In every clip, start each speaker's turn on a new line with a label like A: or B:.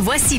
A: Voici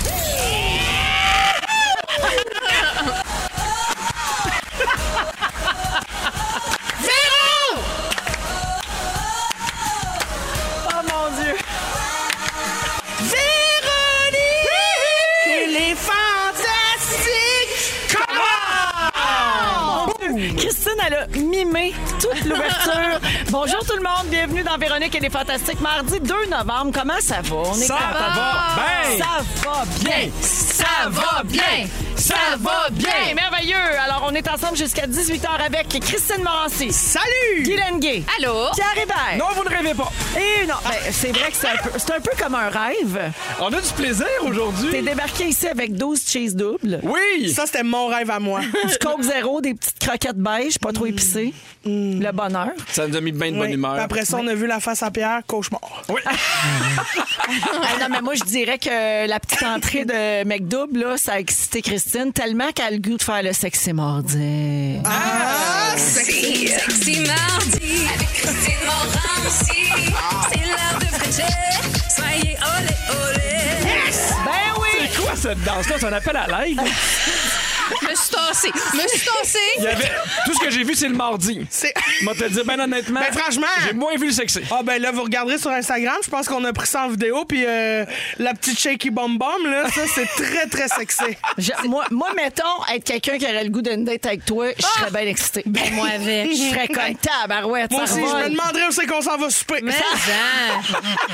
B: Oh mon Dieu! Véronique! Il est fantastique! Comment? Christine, elle a mimé toute l'ouverture. Bonjour tout le monde, bienvenue dans Véronique et les Fantastiques. Mardi 2 novembre, comment ça va? On est
C: Ça
B: capable?
C: va bien!
B: Ça va bien! Ça va bien! Ça va bien! Merveilleux! Alors, on est ensemble jusqu'à 18h avec Christine Morancy. Salut! Guylaine Gay.
D: Allô?
B: Pierre Hébert.
C: Non, vous ne rêvez pas.
B: Et non, ben, c'est vrai que c'est un, peu- c'est un peu comme un rêve.
C: On a du plaisir
B: T'es
C: aujourd'hui.
B: débarqué ici avec 12 cheese doubles,
C: Oui.
E: Ça, c'était mon rêve à moi.
B: du coke zéro, des petites croquettes beige, pas
C: Mm.
B: trop épicées. Le bonheur.
C: Ça nous a mis bien de bonne
E: Oui.
C: humeur.
E: Puis Ben, Après ça, on a vu la face à Pierre, cauchemar.
C: Oui.
B: Ah non, mais moi, je dirais que la petite entrée de McDouble, là, ça a excité Christine tellement qu'elle a le goût de faire le sexy mardi.
C: Ah.
D: Sexy, sexy mardi avec Christine Morancy.
A: Ah.
D: C'est l'heure de Frencher. Soyez olé olé.
B: Ben oui!
C: C'est quoi cette danse-là? C'est un appel à l'aide.
D: Me suis tassée. Me suis
C: Il y
D: tassée.
C: avait... Tout ce que j'ai vu, c'est le mardi.
E: C'est-
C: Moi, te le dire, ben honnêtement.
E: Ben, franchement.
C: J'ai moins vu le sexy.
E: Ah ben là, vous regarderez sur Instagram, je pense qu'on a pris ça en vidéo, puis euh, la petite shaky bomb bomb, là, ça, c'est très, très sexy.
B: Je- moi, moi, mettons, être quelqu'un qui aurait le goût d'une date avec toi, je
C: Ah.
B: serais bien excitée.
D: Ben, Moi avec.
B: Je serais comme tabarouette,
E: Moi
B: ça
E: aussi, je
B: revole.
E: me demanderais où c'est qu'on s'en va souper.
D: Mais hein,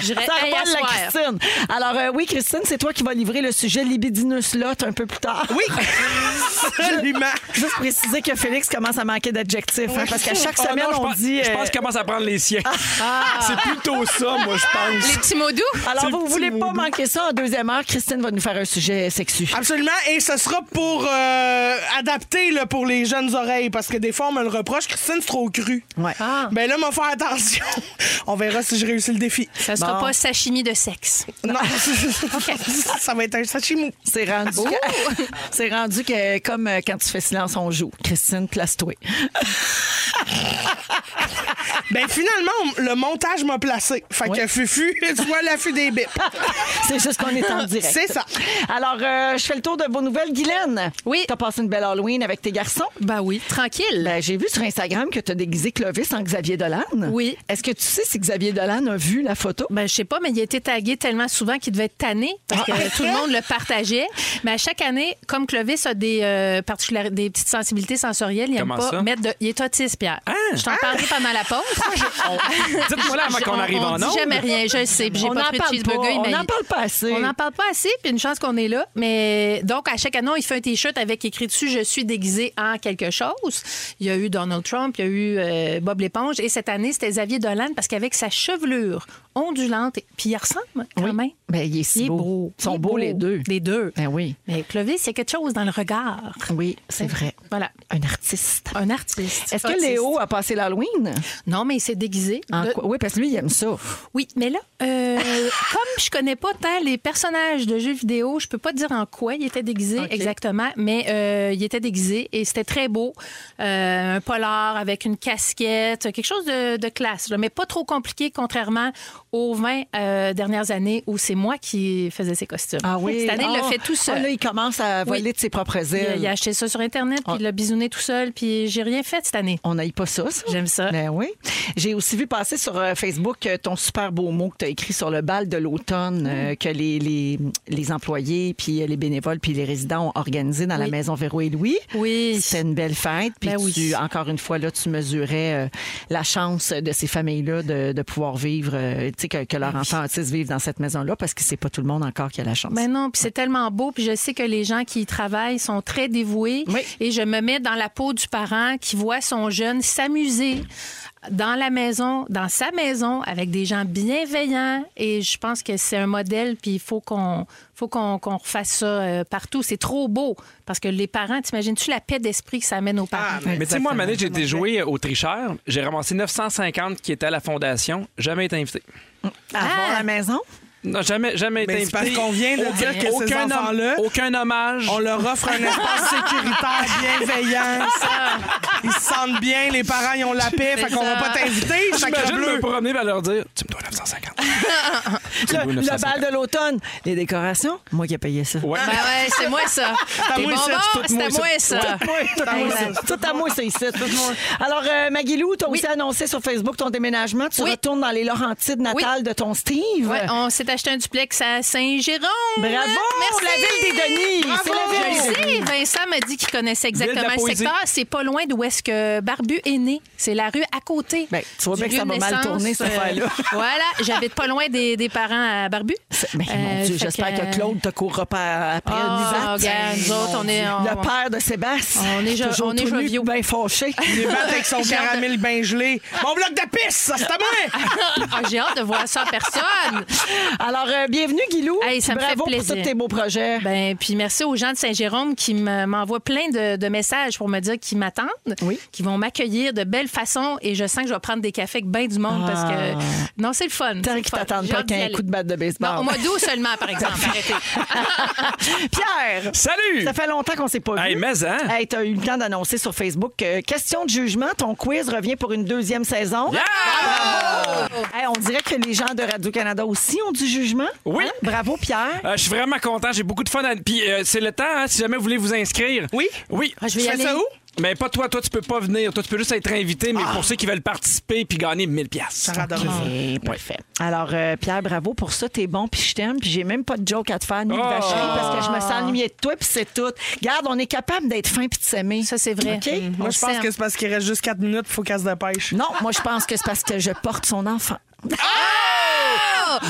D: je
B: Ça revole
D: réveille
B: la
D: à soir.
B: Christine. Alors euh, oui, Christine, c'est toi qui vas livrer le sujet libidinous lot un peu plus tard.
E: Oui, absolument.
B: Juste préciser que Félix commence à manquer d'adjectifs, hein, parce qu'à chaque
C: Oh non,
B: semaine,
C: je
B: on
C: pense-
B: dit...
C: Je
B: euh,
C: pense qu'il commence à prendre les siens. C'est plutôt ça, moi, je pense.
D: Les petits mots doux.
B: alors,
C: C'est
B: vous
C: petit
B: voulez pas
C: moudou.
B: manquer ça en deuxième heure. Christine va nous faire un sujet sexu.
C: Ah,
E: Absolument, et ce sera pour euh, adapter là, pour les jeunes oreilles, parce que des fois, on me le reproche, Christine, c'est trop cru.
B: Ouais.
E: Ben là, m'en faire attention. On verra si je réussis le défi.
D: Ça
A: Ah.
D: sera
B: Bon.
D: pas sashimi de sexe.
E: Non, ça va être un sashimi.
B: C'est rendu,
C: Oh!
B: que- c'est rendu que, comme euh, quand tu fais silence, on joue. Christine, place-toi.
E: Ben finalement, on- le montage m'a placé. Fait
B: Ouais.
E: que Fufu, tu vois l'affût des bips.
B: c'est juste qu'on est en direct.
E: C'est ça.
B: Alors, euh, je fais le tour de vos nouvelles. Guylaine,
D: Oui.
B: t'as passé une belle Halloween avec tes garçons.
A: Bah
D: Ben oui, tranquille.
B: Ben, j'ai vu sur Instagram que tu as déguisé Clovis en Xavier Dolan.
D: Oui.
B: Est-ce que tu sais si Xavier Dolan a vu la photo?
D: Ben, je sais pas, mais il a été tagué tellement souvent qu'il devait être tanné parce que
C: Ah.
D: tout le monde le partageait. Mais à chaque année, comme Clovis a des, euh, particulari- des petites sensibilités sensorielles, il aime
C: Comment
D: pas
C: ça? Ah.
D: mettre de. Il est autiste, Pierre. Je t'en parlerai pendant la pause.
C: Dites-moi là avant
D: Je-
C: qu'on arrive
D: on,
C: en
D: dit
C: onde.
D: jamais rien, je le sais. puis J'ai
B: On
D: pas
B: en
D: pris de
B: parle
D: cheeseburger.
B: pas, on
D: mais-
B: en parle pas assez.
D: On n'en parle pas assez, puis une chance qu'on est là. Mais donc, à chaque année, il fait un T-shirt avec écrit dessus Je suis déguisé en quelque chose. Il y a eu Donald Trump, il y a eu euh, Bob l'éponge. Et cette année, c'était Xavier Dolan parce qu'avec sa chevelure ondulante, puis il ressemble quand même.
B: Ben, il est si
D: Il est
B: beau.
D: beau.
B: Ils sont
D: Il est
B: beaux,
D: beau.
B: les deux.
D: Les deux.
B: Ben oui.
D: Mais Clovis, il y a quelque chose dans le regard.
B: Oui, c'est vrai.
D: Voilà.
B: Un artiste.
D: Un artiste.
B: Est-ce que
D: Autiste.
B: Léo a passé l'Halloween?
D: Non, mais il s'est déguisé.
B: En
D: De-
B: quoi? Oui, parce que lui, il aime ça.
D: Oui, mais là, euh, comme je connais pas tant les personnages de jeux vidéo, je peux pas dire en quoi il était déguisé exactement, mais euh, il était déguisé et c'était très beau. Euh, un polar avec une casquette, quelque chose de, de classe, là, mais pas trop compliqué, contrairement aux 20 euh, dernières années où c'est moi qui faisais ses costumes. Cette année, il
B: Ah.
D: le fait tout
B: Ah,
D: seul.
B: là, il commence à voler
D: Oui.
B: de ses propres
D: il, a,
B: ailes.
D: il a acheté ça sur Internet,
B: Ah.
D: puis il l'a bisouné tout seul, puis j'ai rien fait cette année.
B: On n'aille pas ça, ça.
D: J'aime ça.
B: Ben oui. J'ai aussi vu passer sur euh, Facebook euh, ton super beau mot que tu as écrit sur le bal de l'automne euh,
D: Mm.
B: que les, les, les employés, puis euh, les bénévoles, puis les résidents ont organisé dans la
D: Oui.
B: maison Véro et Louis.
D: Oui.
B: C'était une belle fête. Puis
D: Ben
B: tu,
D: oui.
B: encore une fois, là, tu mesurais euh, la chance de ces familles-là de, de pouvoir vivre, euh, tu sais, que, que leur enfant autiste vive dans cette maison-là parce que c'est pas tout le monde encore qui a la chance.
D: Ben non, puis c'est tellement beau, puis je sais que les gens qui y travaillent sont très dévoués.
B: Oui.
D: Et je me mets dans la peau du parent qui voit son jeune s'amuser dans la maison, dans sa maison, avec des gens bienveillants. Et je pense que c'est un modèle, puis il faut qu'on faut qu'on qu'on refasse ça euh, partout. C'est trop beau, parce que les parents, t'imagines-tu la paix d'esprit que ça amène aux parents?
C: Ah, Mais tu sais, moi, à un moment donné, j'ai été joué au tricheur. J'ai ramassé 950 qui étaient à la fondation. Jamais été invité.
B: Avant
D: Ah!
B: la maison?
C: Non, jamais, jamais été
E: Mais c'est parce
C: invité.
E: qu'on vient de
C: Aucun-
E: dire que ces
C: aucun homme-
E: enfants-là-
C: Aucun hommage.
E: On leur offre un espace sécuritaire, bienveillant. Ils se sentent bien, les parents ils ont la paix, fait qu'on va
D: ça.
E: pas t'inviter, sacre
C: J'imagine me
E: bleu.
C: promener et leur dire Tu me dois 950. Tu me dois
B: Le, le
C: 950.
B: bal de l'automne, les décorations, moi qui ai payé ça.
C: Ouais.
D: Ben ouais, c'est moi ça.
E: à
D: Tes
E: moi,
D: bonbons,
E: ça, c'est tout
D: c'est
E: moi,
D: à moi ça.
B: Moi, tout à moi,
D: Hey,
B: c'est- tout à moi, c'est ici. Alors, euh, Maguilou, tu as aussi annoncé sur Facebook ton déménagement. Tu
D: Oui.
B: retournes dans les Laurentides natales de ton Steve.
D: Ouais, on s'est acheté un duplex à Saint-Jérôme.
B: Bravo!
D: Merci.
B: La ville des Denis! C'est la ville
D: Je
B: des
D: le
B: Denis.
D: sais, Vincent m'a dit qu'il connaissait
C: de la
D: exactement le
C: poésie.
D: secteur. C'est pas loin d'où est-ce que Barbu est né. C'est la rue à côté.
B: Ben, tu vois
D: du
B: bien que
D: lieu
B: ça
D: de
B: m'a mal
D: naissance.
B: tourné, cette
D: Euh,
B: affaire-là.
D: Voilà, j'habite pas loin des, des parents à Barbu.
B: Ben, mon
D: Euh,
B: Dieu,
D: fait
B: j'espère que...
D: que-
B: Claude te courra pas après
D: Oh,
B: une visite.
D: regarde, nous autres, on est- on-
B: Le père de Sébastien.
D: On est jo-
B: toujours
D: on est
B: tout nu,
D: joviaux.
B: bien fâché.
E: Il est battu avec son caramel bien gelé. Mon bloc de pisse, ça c'est à moi!
D: Ah, J'ai hâte de voir ça en personne.
B: Alors, euh, bienvenue, Guilou.
D: Hey, ça me
B: Bravo
D: fait plaisir.
B: pour tous tes beaux projets.
D: Ben, puis merci aux gens de Saint-Jérôme qui me- m'envoient plein de, de messages pour me dire qu'ils m'attendent,
B: Oui.
D: qu'ils vont m'accueillir de belles façons et je sens que je vais prendre des cafés avec bien du monde parce
B: Ah.
D: que non, c'est le fun.
B: Tant
D: c'est le
B: qu'ils
D: fun.
B: t'attendent
D: J'ai
B: pas
D: hâte d'y
B: qu'un
D: aller.
B: coup de batte de baseball.
D: Non, au mois d'août seulement, par exemple. Arrêtez.
B: Pierre!
C: Salut!
B: Ça fait longtemps qu'on s'est pas
C: Hey,
B: vu.
C: mais, hein?
B: Hey, t'as eu le temps d'annoncer sur Facebook que question de jugement, ton quiz revient pour une deuxième saison.
C: Yeah!
B: Hey, on dirait que les gens de Radio-Canada aussi ont du jugement.
C: Oui.
B: Hein? Bravo, Pierre.
C: Euh, je suis vraiment content, j'ai beaucoup de fun. à- Puis euh, c'est le temps, hein, si jamais vous voulez vous inscrire.
E: Oui?
C: Oui.
D: Ah, je vais
E: Tu
D: y
E: fais
D: aller.
E: ça où?
C: Mais pas toi, toi tu peux pas venir, toi tu peux juste être invité, mais pour ceux qui veulent participer puis gagner 1000 pièces.
E: J'adore.
B: OK, Eh, parfait. Alors, euh, Pierre, bravo pour ça. T'es bon, puis je t'aime, puis j'ai même pas de joke à te faire, ni de
C: Oh.
B: vacherie, parce que je me sens ennuyée de toi, puis c'est tout. Garde, on est capable d'être fin puis de s'aimer.
D: Ça, c'est vrai.
B: OK?
D: Mm.
E: Moi,
D: On
E: je pense
D: s'aime.
E: que c'est parce qu'il reste juste 4 minutes, il faut qu'elle se dépêche.
B: Non, moi, je pense que c'est parce que je porte son enfant.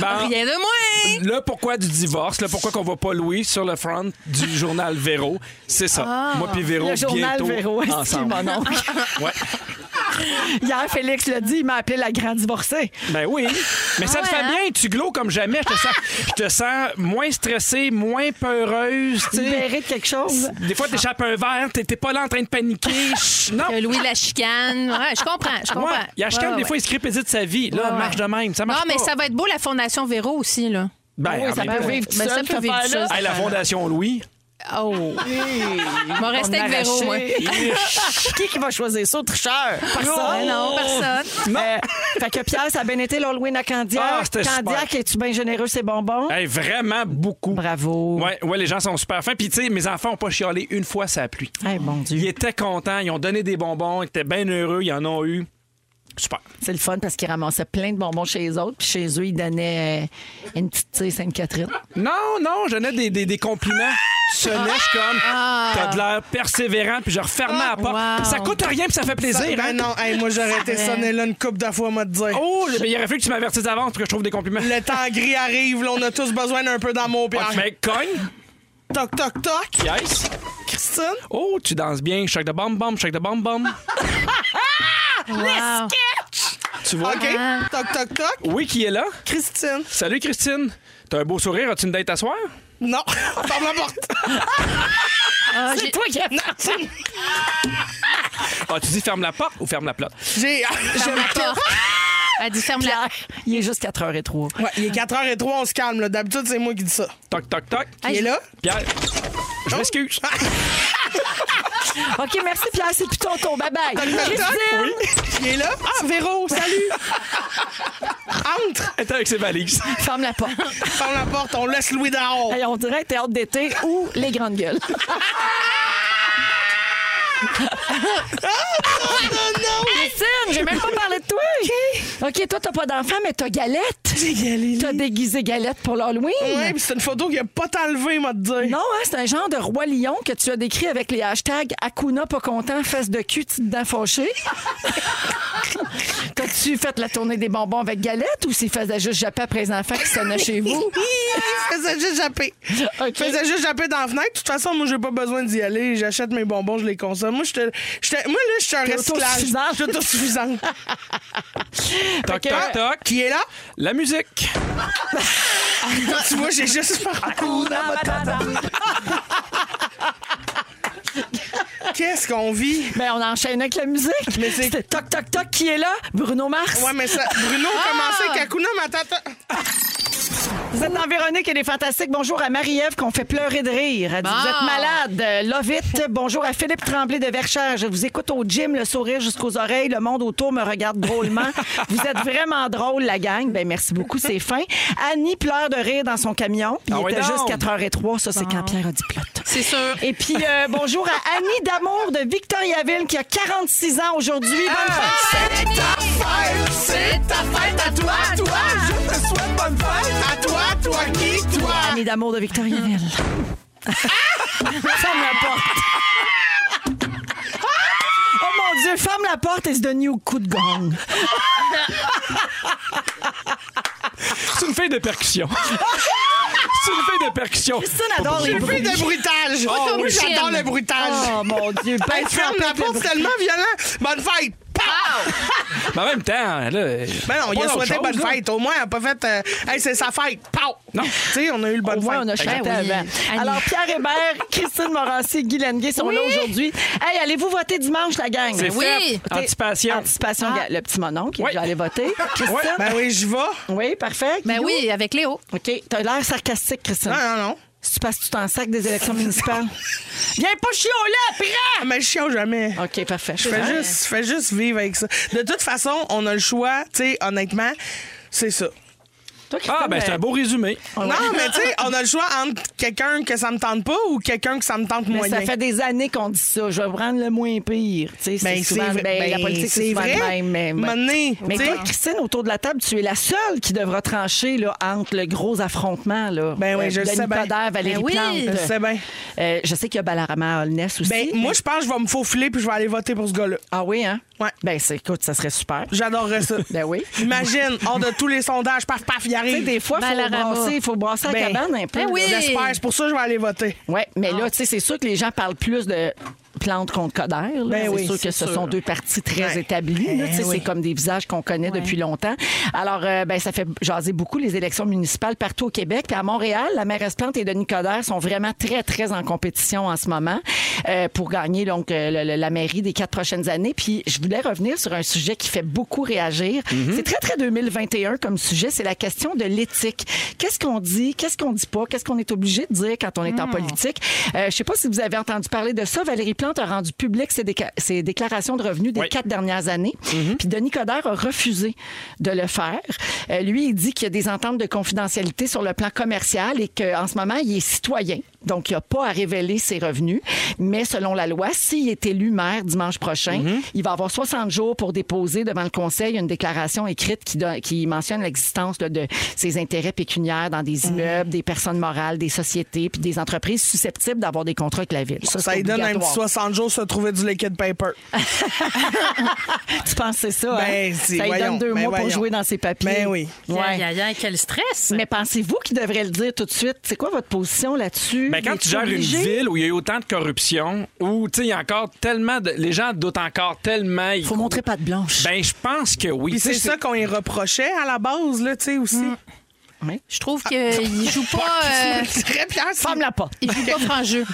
C: Bon.
D: Rien de moins.
C: Le pourquoi du divorce, le pourquoi qu'on va pas louer sur le front du journal Véro, c'est ça. Moi puis Véro
B: Le journal
C: bientôt
B: Véro, est
C: ensemble.
B: mon oncle?
C: Ouais.
B: Hier, Félix l'a dit, il m'a appelé la grande divorcée.
C: Ben oui. Mais ça te
D: ouais,
C: fait
D: hein?
C: bien, tu glos comme jamais, je te sens je te sens moins stressée, moins peureuse, tu sais.
B: Libéré de quelque
D: Ben
B: chose.
C: Des fois, t'échappes un verre, t'es t'es pas là en train de paniquer. Chut, non.
D: Que Euh, Louis la chicane. Ouais, je comprends. Je comprends.
C: Ouais, il y a chacun,
D: Ouais,
C: des
D: ouais.
C: fois, il se crépédite de sa vie. Là,
D: Ouais,
C: marche de
D: ouais.
C: même. Ça marche
D: Non, mais
C: pas.
D: ça va être beau, la Fondation Véro aussi, là.
C: Ben,
B: oui,
C: en
B: ça
C: même
B: peut
C: temps.
B: vivre tout
D: Ben, ça
B: seul,
D: peut
B: cette
D: vivre tout
B: affaire-là.
D: seul.
C: Hey, la Fondation Louis.
D: Oh. Je vais rester
B: On
D: avec Véro,
B: arrachait.
D: moi.
B: qui, qui va choisir ça, au tricheur?
D: Ah non,
B: Oh.
D: personne.
B: Euh, fait que Pierre, ça a bien été l'Halloween à Candiac.
C: Ah, c'était super.
B: Candiac, es-tu bien généreux, c'est bonbon?
C: Hey, vraiment beaucoup.
B: Bravo.
C: Ouais, ouais, les gens sont super fins. Puis, tu sais, mes enfants ont pas chialé une fois sa pluie.
B: Hey, mon
C: Ils
B: Dieu.
C: étaient contents, ils ont donné des bonbons, ils étaient bien heureux, ils en ont eu. Super.
B: C'est le fun parce qu'ils ramassaient plein de bonbons chez les autres, puis chez eux, ils donnaient euh, une petite tire Sainte-Catherine.
D: Ah,
C: Non, non, je donnais des, des, des compliments. Tu sonnais, je suis comme, t'as de l'air persévérant, puis je refermais la porte.
D: Ah. Wow.
C: Ça coûte rien, puis ça fait plaisir. hein?
E: Ben non, hey, moi j'aurais été sonné là une coupe de fois, moi te dire.
C: Oh, mais il aurait fallu que tu m'avertisses d'avance pour que je trouve des compliments.
E: Le temps gris arrive, là, on a tous besoin d'un peu d'amour. Puis
C: Ah, tu
E: ah,
C: mets cogne,
E: toc, toc, toc,
C: yes.
E: Christine.
C: Oh, tu danses bien, choc de bombe bombe, choc de bombe bombe.
D: Wow.
C: Tu vois?
E: OK.
D: Ah.
E: Toc, toc, toc.
C: Oui, qui est là?
E: Christine.
C: Salut Christine. T'as un beau sourire, as-tu une date à soir?
E: Non, ferme la porte.
D: Ah, j'ai-
B: Toi qui
C: Ah, tu dis ferme la porte ou ferme la plate?
E: J'ai.
D: ferme la porte. Elle dit ferme la
B: Pierre, il est juste 4h03.
E: Ouais, il est 4h03, on se calme. là. D'habitude, c'est moi qui dis ça.
C: Toc, toc, toc.
D: Ah,
E: Il est là? Ah,
C: Pierre, je m'excuse.
B: OK, merci Pierre, c'est plutôt ton bye-bye. Christine,
C: Oui,
E: Il est là? Ah, Véro, salut! Entre!
C: elle est avec ses valises.
B: ferme la porte.
E: Ferme la porte, on laisse Louis dehors.
B: Hey, on dirait théâtre d'été ou les grandes gueules.
D: Ah,
E: Ah,
B: Christine, j'ai même pas parlé de toi. OK, toi, t'as pas d'enfant, mais t'as galette.
E: J'ai galé.
B: T'as déguisé galette pour l'Halloween.
E: Ouais, puis c'est une photo qu'il a pas enlevée, m'a dit.
B: Non, hein, c'est un genre de roi lion que tu as décrit avec les hashtags Akuna pas content, fesse de cul, petite dent fauchée. T'as-tu fait la tournée des bonbons avec galette ou s'il faisait juste japper après les enfants qui sonnaient chez vous?
E: Il faisait juste japper.
B: OK.
E: Il faisait juste japper dans la fenêtre. De toute façon, moi, j'ai pas besoin d'y aller. J'achète mes bonbons, je les consomme. Moi, j'étais- j'étais- moi là, je suis un
B: T'es
E: recyclage.
B: autosuffisante.
E: Je suis autosuffisante.
C: Toc, toc, toc.
E: Qui est là?
C: La musique.
E: tu vois, j'ai juste Qu'est-ce qu'on vit?
B: Ben, on enchaîne avec la musique.
E: Mais c'est-
B: C'était toc toc toc qui est là, Bruno Mars. Ah!
E: Ouais, mais ça. Bruno a commencé avec Hakuna Matata.
B: Vous êtes dans Véronique et les Fantastiques. Bonjour à Marie-Ève qu'on fait pleurer de rire. Elle dit,
D: Bon.
B: Vous êtes malade. Euh, Love it. Bonjour à Philippe Tremblay de Verchères. Je vous écoute au gym, le sourire jusqu'aux oreilles. Le monde autour me regarde drôlement. vous êtes vraiment drôle, la gang. Ben, merci beaucoup, c'est fin. Annie pleure de rire dans son camion. Il
C: Ah ouais,
B: était juste
C: donc.
B: 4h03. Ça, c'est quand Pierre a dit plot.
D: C'est sûr.
B: Et puis, euh, bonjour à Annie Damour de Victoriaville qui a 46 ans aujourd'hui. Bonne
C: Ah!
B: fête!
F: C'est ta fête, c'est ta fête à toi, toi. Je te souhaite bonne fête à toi, toi qui, toi.
B: Annie Damour de Victoriaville. ferme la porte. oh mon Dieu, ferme la porte et se donne au coup de gong.
C: C'est une fille de percussion. C'est une fille de percussion.
B: Christine adore les
E: J'ai fait
B: bruits.
E: de bruitage.
D: oui.
E: Moi, j'adore le bruitage.
B: Oh mon Dieu, ben
E: Hey, ferme la porte, c'est tellement violent. Bonne fête! Pow!
C: Mais en même temps, là.
E: Ben non, il a
C: pas
E: souhaité
C: autre
E: bonne
C: chose, là.
E: fête. Au moins, elle a pas fait. euh, hey, c'est sa fête! Pow!
C: Non.
E: Tu sais, on a eu le bonne
B: Au moins, on a
E: fête.
B: chanté
D: Ben oui.
B: avant.
D: Annie.
B: Alors, Pierre Hébert, Christine Morancy, Guy Lenguet sont là aujourd'hui. Hey, allez-vous voter dimanche, la gang?
C: C'est
D: Oui.
C: fait.
B: Écoutez,
C: Anticipation.
B: Anticipation, le petit monon qui est
C: Oui.
B: déjà allé voter. Christine?
C: Ouais.
E: Ben oui, j'y vais.
B: Oui, parfait.
D: Ben
B: Guilou?
D: oui, avec Léo.
B: OK, t'as l'air sarcastique, Christine.
E: Non, non, non.
B: Si tu passes tout en sac des élections municipales. Viens pas chioler après!
E: Ah, mais je chiale jamais.
B: OK, parfait.
E: Je fais juste, je fais juste vivre avec ça. De toute façon, on a le choix, tu sais, honnêtement, c'est ça.
B: Toi, Christine,
C: Ah, ben, c'est un beau résumé.
E: Non, mais tu sais, on a le choix entre quelqu'un que ça me tente pas ou quelqu'un que ça me tente
B: mais
E: moyen.
B: euh, ça fait des années qu'on dit ça. Je vais prendre le moins pire. Tu sais, c'est
E: Ben,
B: souvent,
E: c'est vrai.
B: ben, la
E: Ben,
B: politique, c'est
E: c'est
B: souvent
E: vrai.
B: le même. Mais,
E: Moment donné,
B: mais
E: tu sais.
B: toi, Christine, autour de la table, tu es la seule qui devra trancher là, entre le gros affrontement. Là, Euh,
E: Ben oui, je le
B: Denis
E: sais bien.
B: Coderre, Valérie
D: Ben oui.
B: Plante.
E: Je sais bien.
B: Euh, je sais qu'il y a Balarama Holness aussi.
E: Ben, moi, je pense que je vais me faufiler puis je vais aller voter pour ce gars-là.
B: Ah oui, hein?
E: Ouais.
B: Ben, c'est- écoute, ça serait super.
E: J'adorerais ça.
B: Ben oui.
E: Imagine, hors de tous les sondages, paf, paf, il
B: Tu sais,
E: arrive.
B: des fois, il faut
D: Balarama.
B: brasser, faut brasser la
E: Ben, Ah.
B: cabane un peu.
D: ben
B: là.
D: oui.
E: J'espère, c'est pour ça que je vais aller voter.
B: Oui, mais là, tu sais, c'est sûr que les gens parlent plus de plantes contre Coderre. là.
E: Ben
B: c'est
E: oui,
B: sûr que
E: c'est
B: ce
E: sûr.
B: sont deux parties très
E: Ouais.
B: établies. là.
E: Ben
B: Tu sais, C'est
E: oui.
B: comme des visages qu'on connaît depuis longtemps. Alors, euh, ben, ça fait jaser beaucoup les élections municipales partout au Québec. Puis à Montréal, la mairesse Plante et Denis Coderre sont vraiment très, très en compétition en ce moment euh, pour gagner donc euh, le- le- la mairie des quatre prochaines années. Puis je voulais revenir sur un sujet qui fait beaucoup réagir. C'est très, très 2021 comme sujet. C'est la question de l'éthique. Qu'est-ce qu'on dit? Qu'est-ce qu'on dit pas? Qu'est-ce qu'on est obligé de dire quand on est en politique? Euh, je sais pas si vous avez entendu parler de ça. Valérie Plante a rendu public ses, déca- ses déclarations de revenus des
C: Oui.
B: quatre dernières années.
E: Mm-hmm.
B: Puis Denis Coderre a refusé de le faire. Euh, lui, il dit qu'il y a des ententes de confidentialité sur le plan commercial et qu'en ce moment, il est citoyen. Donc, il n'a pas à révéler ses revenus. Mais selon la loi, s'il est élu maire dimanche prochain,
E: Mm-hmm.
B: il va avoir 60 jours pour déposer devant le conseil une déclaration écrite qui, don- qui mentionne l'existence là, de ses intérêts pécuniaires dans
E: Mm-hmm.
B: des immeubles, des personnes morales, des sociétés, puis des entreprises susceptibles d'avoir des contrats avec la ville.
E: Ça,
B: c'est
E: lui donne un petit
B: obligatoire. Ah,
E: 60 jours se trouver du liquid paper.
B: Tu penses c'est ça?
E: Ben,
B: hein? Ça
E: si,
B: lui donne
E: voyons,
B: deux
E: ben
B: mois pour
E: voyons.
B: jouer dans ses papiers.
E: Ben oui.
B: Ouais.
G: Aïe, aïe, aïe, quel stress!
B: Mais pensez-vous qu'il devrait le dire tout de suite? C'est quoi votre position là-dessus?
C: Ben,
B: Il
C: quand
B: est
C: tu gères
B: obligé?
C: une ville où il y a eu autant de corruption, où tu sais, il y a encore tellement de. Les gens doutent encore tellement.
B: Faut montrer patte blanche.
C: Ben, je pense que oui.
E: Puis c'est
C: Tu sais,
E: ça qu'on y reprochait à la base, là, tu sais, aussi.
B: Hmm.
D: Je trouve
B: Ah.
D: qu'il joue pas. euh,
E: Très bien, c'est-
B: Ferme la porte.
D: Il joue pas franc jeu.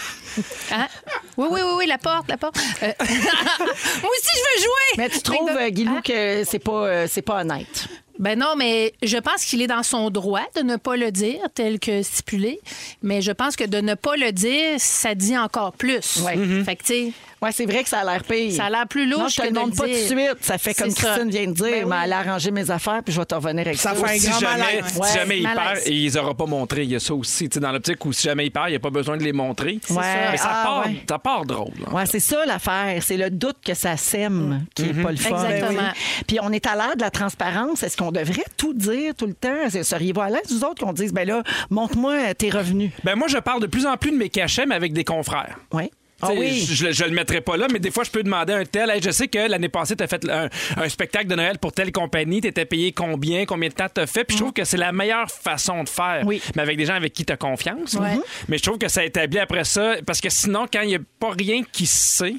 D: Hein? Oui, oui, oui, oui, la porte, la porte. Euh, Moi aussi, je veux jouer!
B: Mais tu trouves,
D: que-
B: euh, Guilou,
D: Ah.
B: que c'est pas, euh, c'est pas honnête.
D: Ben non, mais je pense qu'il est dans son droit de ne pas le dire, tel que stipulé. Mais je pense que de ne pas le dire, ça dit encore plus.
B: Ouais.
D: Fait que, tu sais,
B: Ouais, c'est vrai que ça a l'air pire.
D: Ça a l'air plus louche
B: Non, je te
D: que
B: le
D: de
B: demande
D: le
B: pas tout de
D: dire.
B: suite. Ça fait comme
D: C'est ça.
B: Christine vient de dire,
D: Ben oui.
B: mais elle a arrangé mes affaires, puis je vais te revenir avec
E: Ça
B: ça.
E: fait un
C: si
E: grand
C: jamais,
E: malaise.
C: si
D: Ouais.
C: jamais il perd
D: Malaise.
C: et ils auront pas montré, il y a ça aussi. Tu sais, dans l'optique où si jamais il perd, il n'y a pas besoin de les montrer.
B: Ouais.
C: Mais ça,
B: Ah,
C: part,
B: ouais.
C: ça part drôle. là.
B: Ouais, c'est ça l'affaire. C'est le doute que ça
C: Mm.
B: sème qui est pas le fun.
D: Exactement.
B: Ben oui. Puis on est à l'ère de la transparence. Est-ce qu'on devrait tout dire tout le temps? Seriez-vous à l'aise, vous autres, qu'on dise, ben là, montre-moi tes revenus?
C: Ben, moi, je parle de plus en plus de mes cachets, mais avec des confrères.
B: Ouais.
C: Tu
B: Ah
C: sais,
B: oui.
C: Je, je, je le mettrai pas là, mais des fois, je peux demander à un tel. Hey, je sais que l'année passée, tu as fait un, un spectacle de Noël pour telle compagnie. Tu étais payé combien, combien de temps tu fait. Puis je trouve que c'est la meilleure façon de faire.
B: Mhm. Oui.
C: Mais avec des gens avec qui tu as confiance.
D: Ouais.
C: Mais je trouve que ça établit après ça. Parce que sinon, quand il n'y a pas rien qui se sait,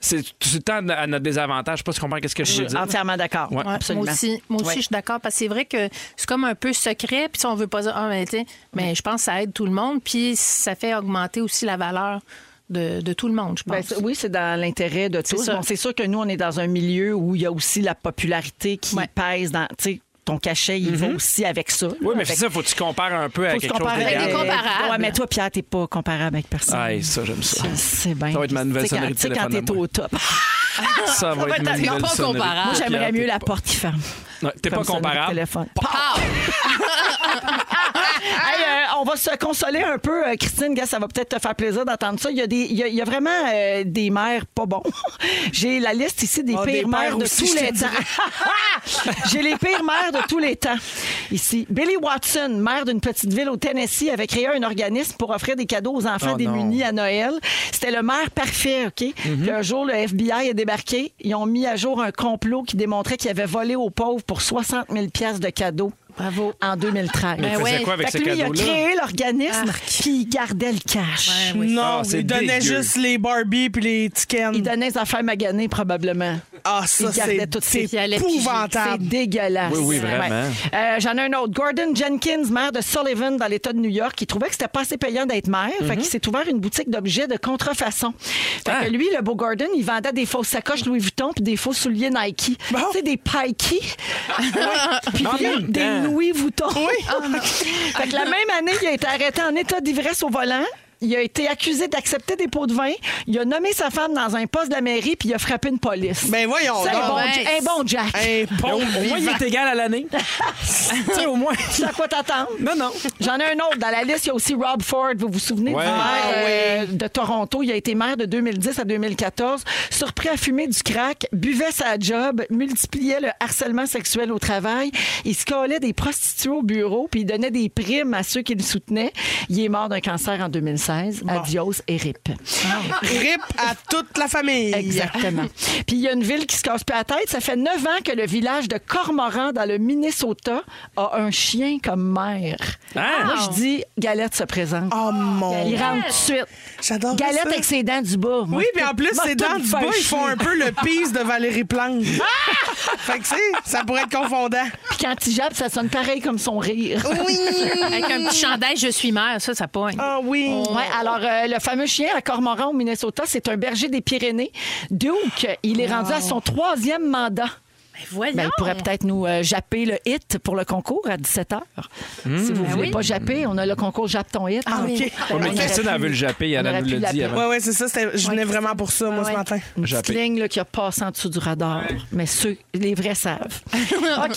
C: c'est tout le temps à notre désavantage. Je sais pas si tu comprends qu'est-ce que je veux dire.
B: Entièrement d'accord.
C: Ouais.
D: Ouais,
B: Absolument.
D: Moi aussi, moi aussi
B: Ouais.
D: je suis d'accord. Parce que c'est vrai que c'est comme un peu secret. Puis si on veut pas dire, ah, mais, tu sais, mais je pense que ça aide tout le monde. Puis ça fait augmenter aussi la valeur de, de tout le monde, je pense.
B: Ben, c'est- oui, c'est dans l'intérêt de tous.
D: ça.
B: Bon, c'est sûr que nous, on est dans un milieu où il y a aussi la popularité qui
D: Ouais.
B: pèse dans. tu sais, ton cachet, il va aussi avec ça. là,
C: Mm-hmm. Oui, mais
B: avec-
C: c'est ça, faut que tu compares un peu à
B: faut se
C: quelque chose
B: comparer
D: avec
C: d'égal.
D: des comparables.
B: Ouais, mais toi, Pierre, t'es pas comparable avec personne.
C: Aïe, ça, j'aime ça.
B: C'est bien.
C: Ça va être ma nouvelle
B: Tu sais, quand-
C: sonnerie de
B: tu sais, quand
C: téléphone à
B: t'es
C: moi.
B: au top.
C: Ça va être ma nouvelle
D: pas
C: sonnerie.
D: comparable.
B: Moi, j'aimerais
C: Pierre,
B: mieux
C: t'es
B: la
C: pas-
B: porte qui ferme.
C: Ouais, T'es pas
B: Comme sonnerie de
C: comparable.
B: téléphone. Ah! Hey, euh, on va se consoler un peu, euh, Christine. Gars, ça va peut-être te faire plaisir d'entendre ça. Il y a, des, il y a- il y a vraiment euh, des mères pas bons. J'ai la liste ici des
E: Ah, des
B: pires mères
E: pères
B: de
E: aussi,
B: tous
E: je te
B: les temps. J'ai les pires mères de tous les temps ici. Billy Watson, mère d'une petite ville au Tennessee, avait créé un organisme pour offrir des cadeaux aux enfants
C: Oh
B: démunis
C: non.
B: à Noël. C'était le maire parfait, OK?
C: Mhm.
B: Puis Un jour, le FBI est débarqué. Ils ont mis à jour un complot qui démontrait qu'il avait volé aux pauvres pour 60 000 pièces de cadeaux. Bravo. En 2013.
C: Mais il
D: Ben
C: faisait
D: ouais.
C: quoi avec
B: Fait
C: ce
B: que lui, il a
C: cadeau-là?
B: créé l'organisme, puis il gardait le cash.
E: Non,
C: Ah, c'est
E: il donnait
C: dégueu.
E: juste les Barbie puis les
B: Il
E: Tiken.
B: donnait les affaires maganées, probablement.
E: Ah, ça,
B: il gardait
E: c'est
B: toutes ses
E: c'est
D: violettes, puis
E: épouvantable.
B: C'est dégueulasse.
C: Oui, oui, vraiment.
B: Euh, J'en ai un autre. Gordon Jenkins, maire de Sullivan, dans l'État de New York, qui trouvait que c'était pas assez payant d'être maire. Fait qu'il s'est ouvert une boutique d'objets de contrefaçon. Fait
C: Ah.
B: que lui, le beau Gordon, il vendait des fausses sacoches Louis Vuitton puis des faux souliers Nike. Tu sais, des Pikey. puis
C: En même
B: des
C: temps.
B: Louis Vuitton. Ah, fait que la même année, il a été arrêté en état d'ivresse au volant. Il a été accusé d'accepter des pots de vin. Il a nommé sa femme dans un poste de la mairie puis il a frappé une police.
E: Ben voyons
B: C'est un,
E: donc.
B: bon,
D: nice.
B: un bon Jack.
E: Un
C: Bon,
E: pauvre
C: au moins, il
E: vivant.
C: est égal à l'année. tu sais, au moins.
B: Tu sais à quoi t'attendre?
C: Non, non.
B: J'en ai un autre. Dans la liste, il y a aussi Rob Ford. Vous vous souvenez
C: Ouais.
B: du maire
E: Ah,
B: euh, de Toronto? Il a été maire de 2010 à 2014. Surpris à fumer du crack, buvait sa job, multipliait le harcèlement sexuel au travail. Il se collait des prostituées au bureau puis il donnait des primes à ceux qui le soutenaient. Il est mort d'un cancer en 2016. Adios et rip.
E: Rip à toute la famille.
B: Exactement. euh, Puis il y a une ville qui se casse pas la tête. Ça fait neuf ans que le village de Cormoran, dans le Minnesota, a un chien comme mère.
C: Ah!
B: Moi, je dis, Galette se présente.
E: Oh mon
B: Il
E: Dieu.
B: rentre tout de suite.
E: J'adore
B: Galette
E: ça.
B: avec ses dents du bas. moi.
E: Oui, puis en plus,
B: Moi,
E: ces
B: tout
E: dents
B: me
E: du
B: fait
E: bas, ils
B: chier. Ah!
E: font un peu le pisse de Valérie Plante. fait que, tu sais, ça pourrait être confondant.
B: Puis quand il jappe, ça sonne pareil comme son rire.
E: Oui!
D: Avec un petit chandail, je suis mère, ça, ça pogne.
E: Ah oui!
B: Ouais, alors euh, le fameux chien à Cormoran au Minnesota, c'est un berger des Pyrénées. Duke, il est rendu à son troisième mandat.
D: Mais voyons.
B: Ben, il pourrait peut-être nous euh, japper le hit pour le concours à 17h. Si vous voulez
D: oui.
B: pas japper, on a le concours Jappe ton hit.
E: Ah, OK.
C: Hmm. Ouais, mais
B: On
C: Christine,
B: aurait
C: elle
B: pu-
C: veut le japper,
B: on
C: elle
B: aurait
C: nous
B: pu
C: l'a dit
B: l'appeler.
C: avant.
E: Ouais, ouais, c'est ça. c'était- Je venais vraiment pour ça, moi, ce matin.
B: Une petite
C: Japper.
B: ligne là, qui a passé en dessous du radar. Mais ceux, les vrais savent. OK.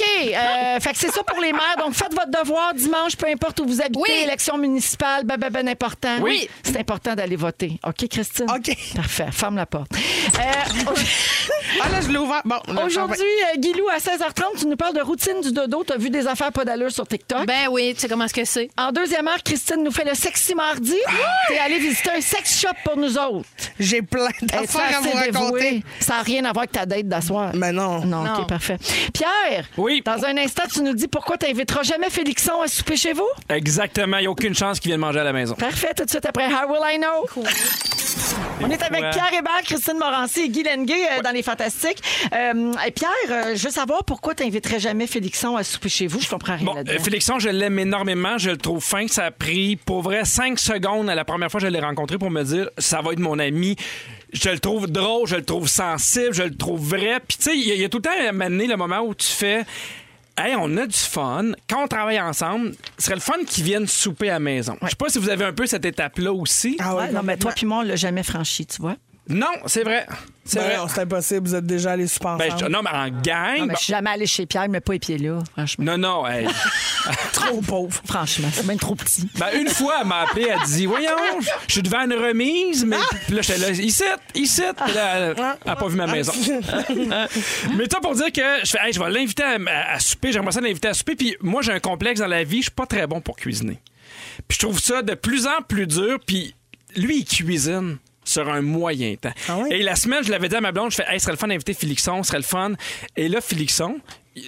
B: euh, fait que c'est ça pour les maires. Donc, faites votre devoir dimanche, peu importe où vous habitez.
D: Oui.
B: Élection municipale, ben, ben, ben important.
C: Oui.
B: C'est important d'aller voter. OK, Christine?
E: OK.
B: Parfait. Ferme la porte. Euh,
E: Ah là, je l'ai ouvert. Bon, là,
B: Aujourd'hui, euh, Guilou, à 16h30, tu nous parles de routine du dodo. Tu as vu des affaires pas d'allure sur TikTok.
D: Ben oui, tu sais comment est-ce que c'est.
B: En deuxième heure, Christine nous fait le sexy mardi. T'es allé visiter un sex shop pour nous autres.
E: j'ai plein
B: Est-ce
E: d'affaires à
B: assez
E: vous raconter.
B: dévouée? Ça n'a rien à voir avec ta date d'asseoir.
E: Mais Ben non.
B: Non,
D: Non.
B: OK, parfait. Pierre,
C: Oui.
B: dans un instant, tu nous dis pourquoi tu n'inviteras jamais Félixon à souper chez vous?
C: Exactement, il n'y a aucune chance qu'il vienne manger à la maison.
B: Parfait, tout de suite après How Will I Know? On est avec
C: Ouais.
B: Pierre Hébert, Christine Morancy et Guy Lenguet euh, dans Les Fantastiques. Euh, et Pierre, euh, je veux savoir pourquoi tu n'inviterais jamais Félixon à souper chez vous. Je comprends rien
C: Bon,
B: là-dedans.
C: euh, Félixon, je l'aime énormément, je le trouve fin. Ça a pris, pour vrai, 5 secondes à la première fois que je l'ai rencontré pour me dire ça va être mon ami. Je le trouve drôle, je le trouve sensible, je le trouve vrai. Puis, tu sais, il y, a- il y a tout le temps à un moment donné, le moment où tu fais. Hey, on a du fun. Quand on travaille ensemble, ce serait le fun qu'ils viennent souper à la maison. Je sais pas si vous avez un peu cette étape-là aussi.
E: Ah
B: Ouais,
E: ouais,
B: non, mais toi puis moi, on l'a jamais franchi, tu vois.
C: Non, c'est vrai. C'est
E: Ben
C: vrai.
E: non, c'est impossible. Vous êtes déjà allés super
C: Ben,
E: ensemble.
C: je- non, mais en gang.
B: Non, Ah, mais
C: bon-
B: je suis jamais allée chez Pierre, mais pas les pieds là, franchement.
C: Non, non, hey.
E: Trop pauvre.
B: Franchement, c'est même trop petit.
C: Ben, une fois, elle m'a appelé, elle dit Voyons, je- je suis devant une remise, mais
B: Ah!
C: Puis là, j'étais là, ici, ici. Puis là, elle n'a pas vu ma maison. mais toi, pour dire que je fais, Hey, je vais l'inviter à, à- à souper, j'aimerais ça l'inviter à souper. Puis moi, j'ai un complexe dans la vie, je suis pas très bon pour cuisiner. Puis je trouve ça de plus en plus dur. Puis lui, il cuisine sur un moyen temps.
E: Ah ouais?
C: Et la semaine, je l'avais dit à ma blonde, je fais, hey, ce serait le fun d'inviter Félixon, ce serait le fun. Et là, Félixon,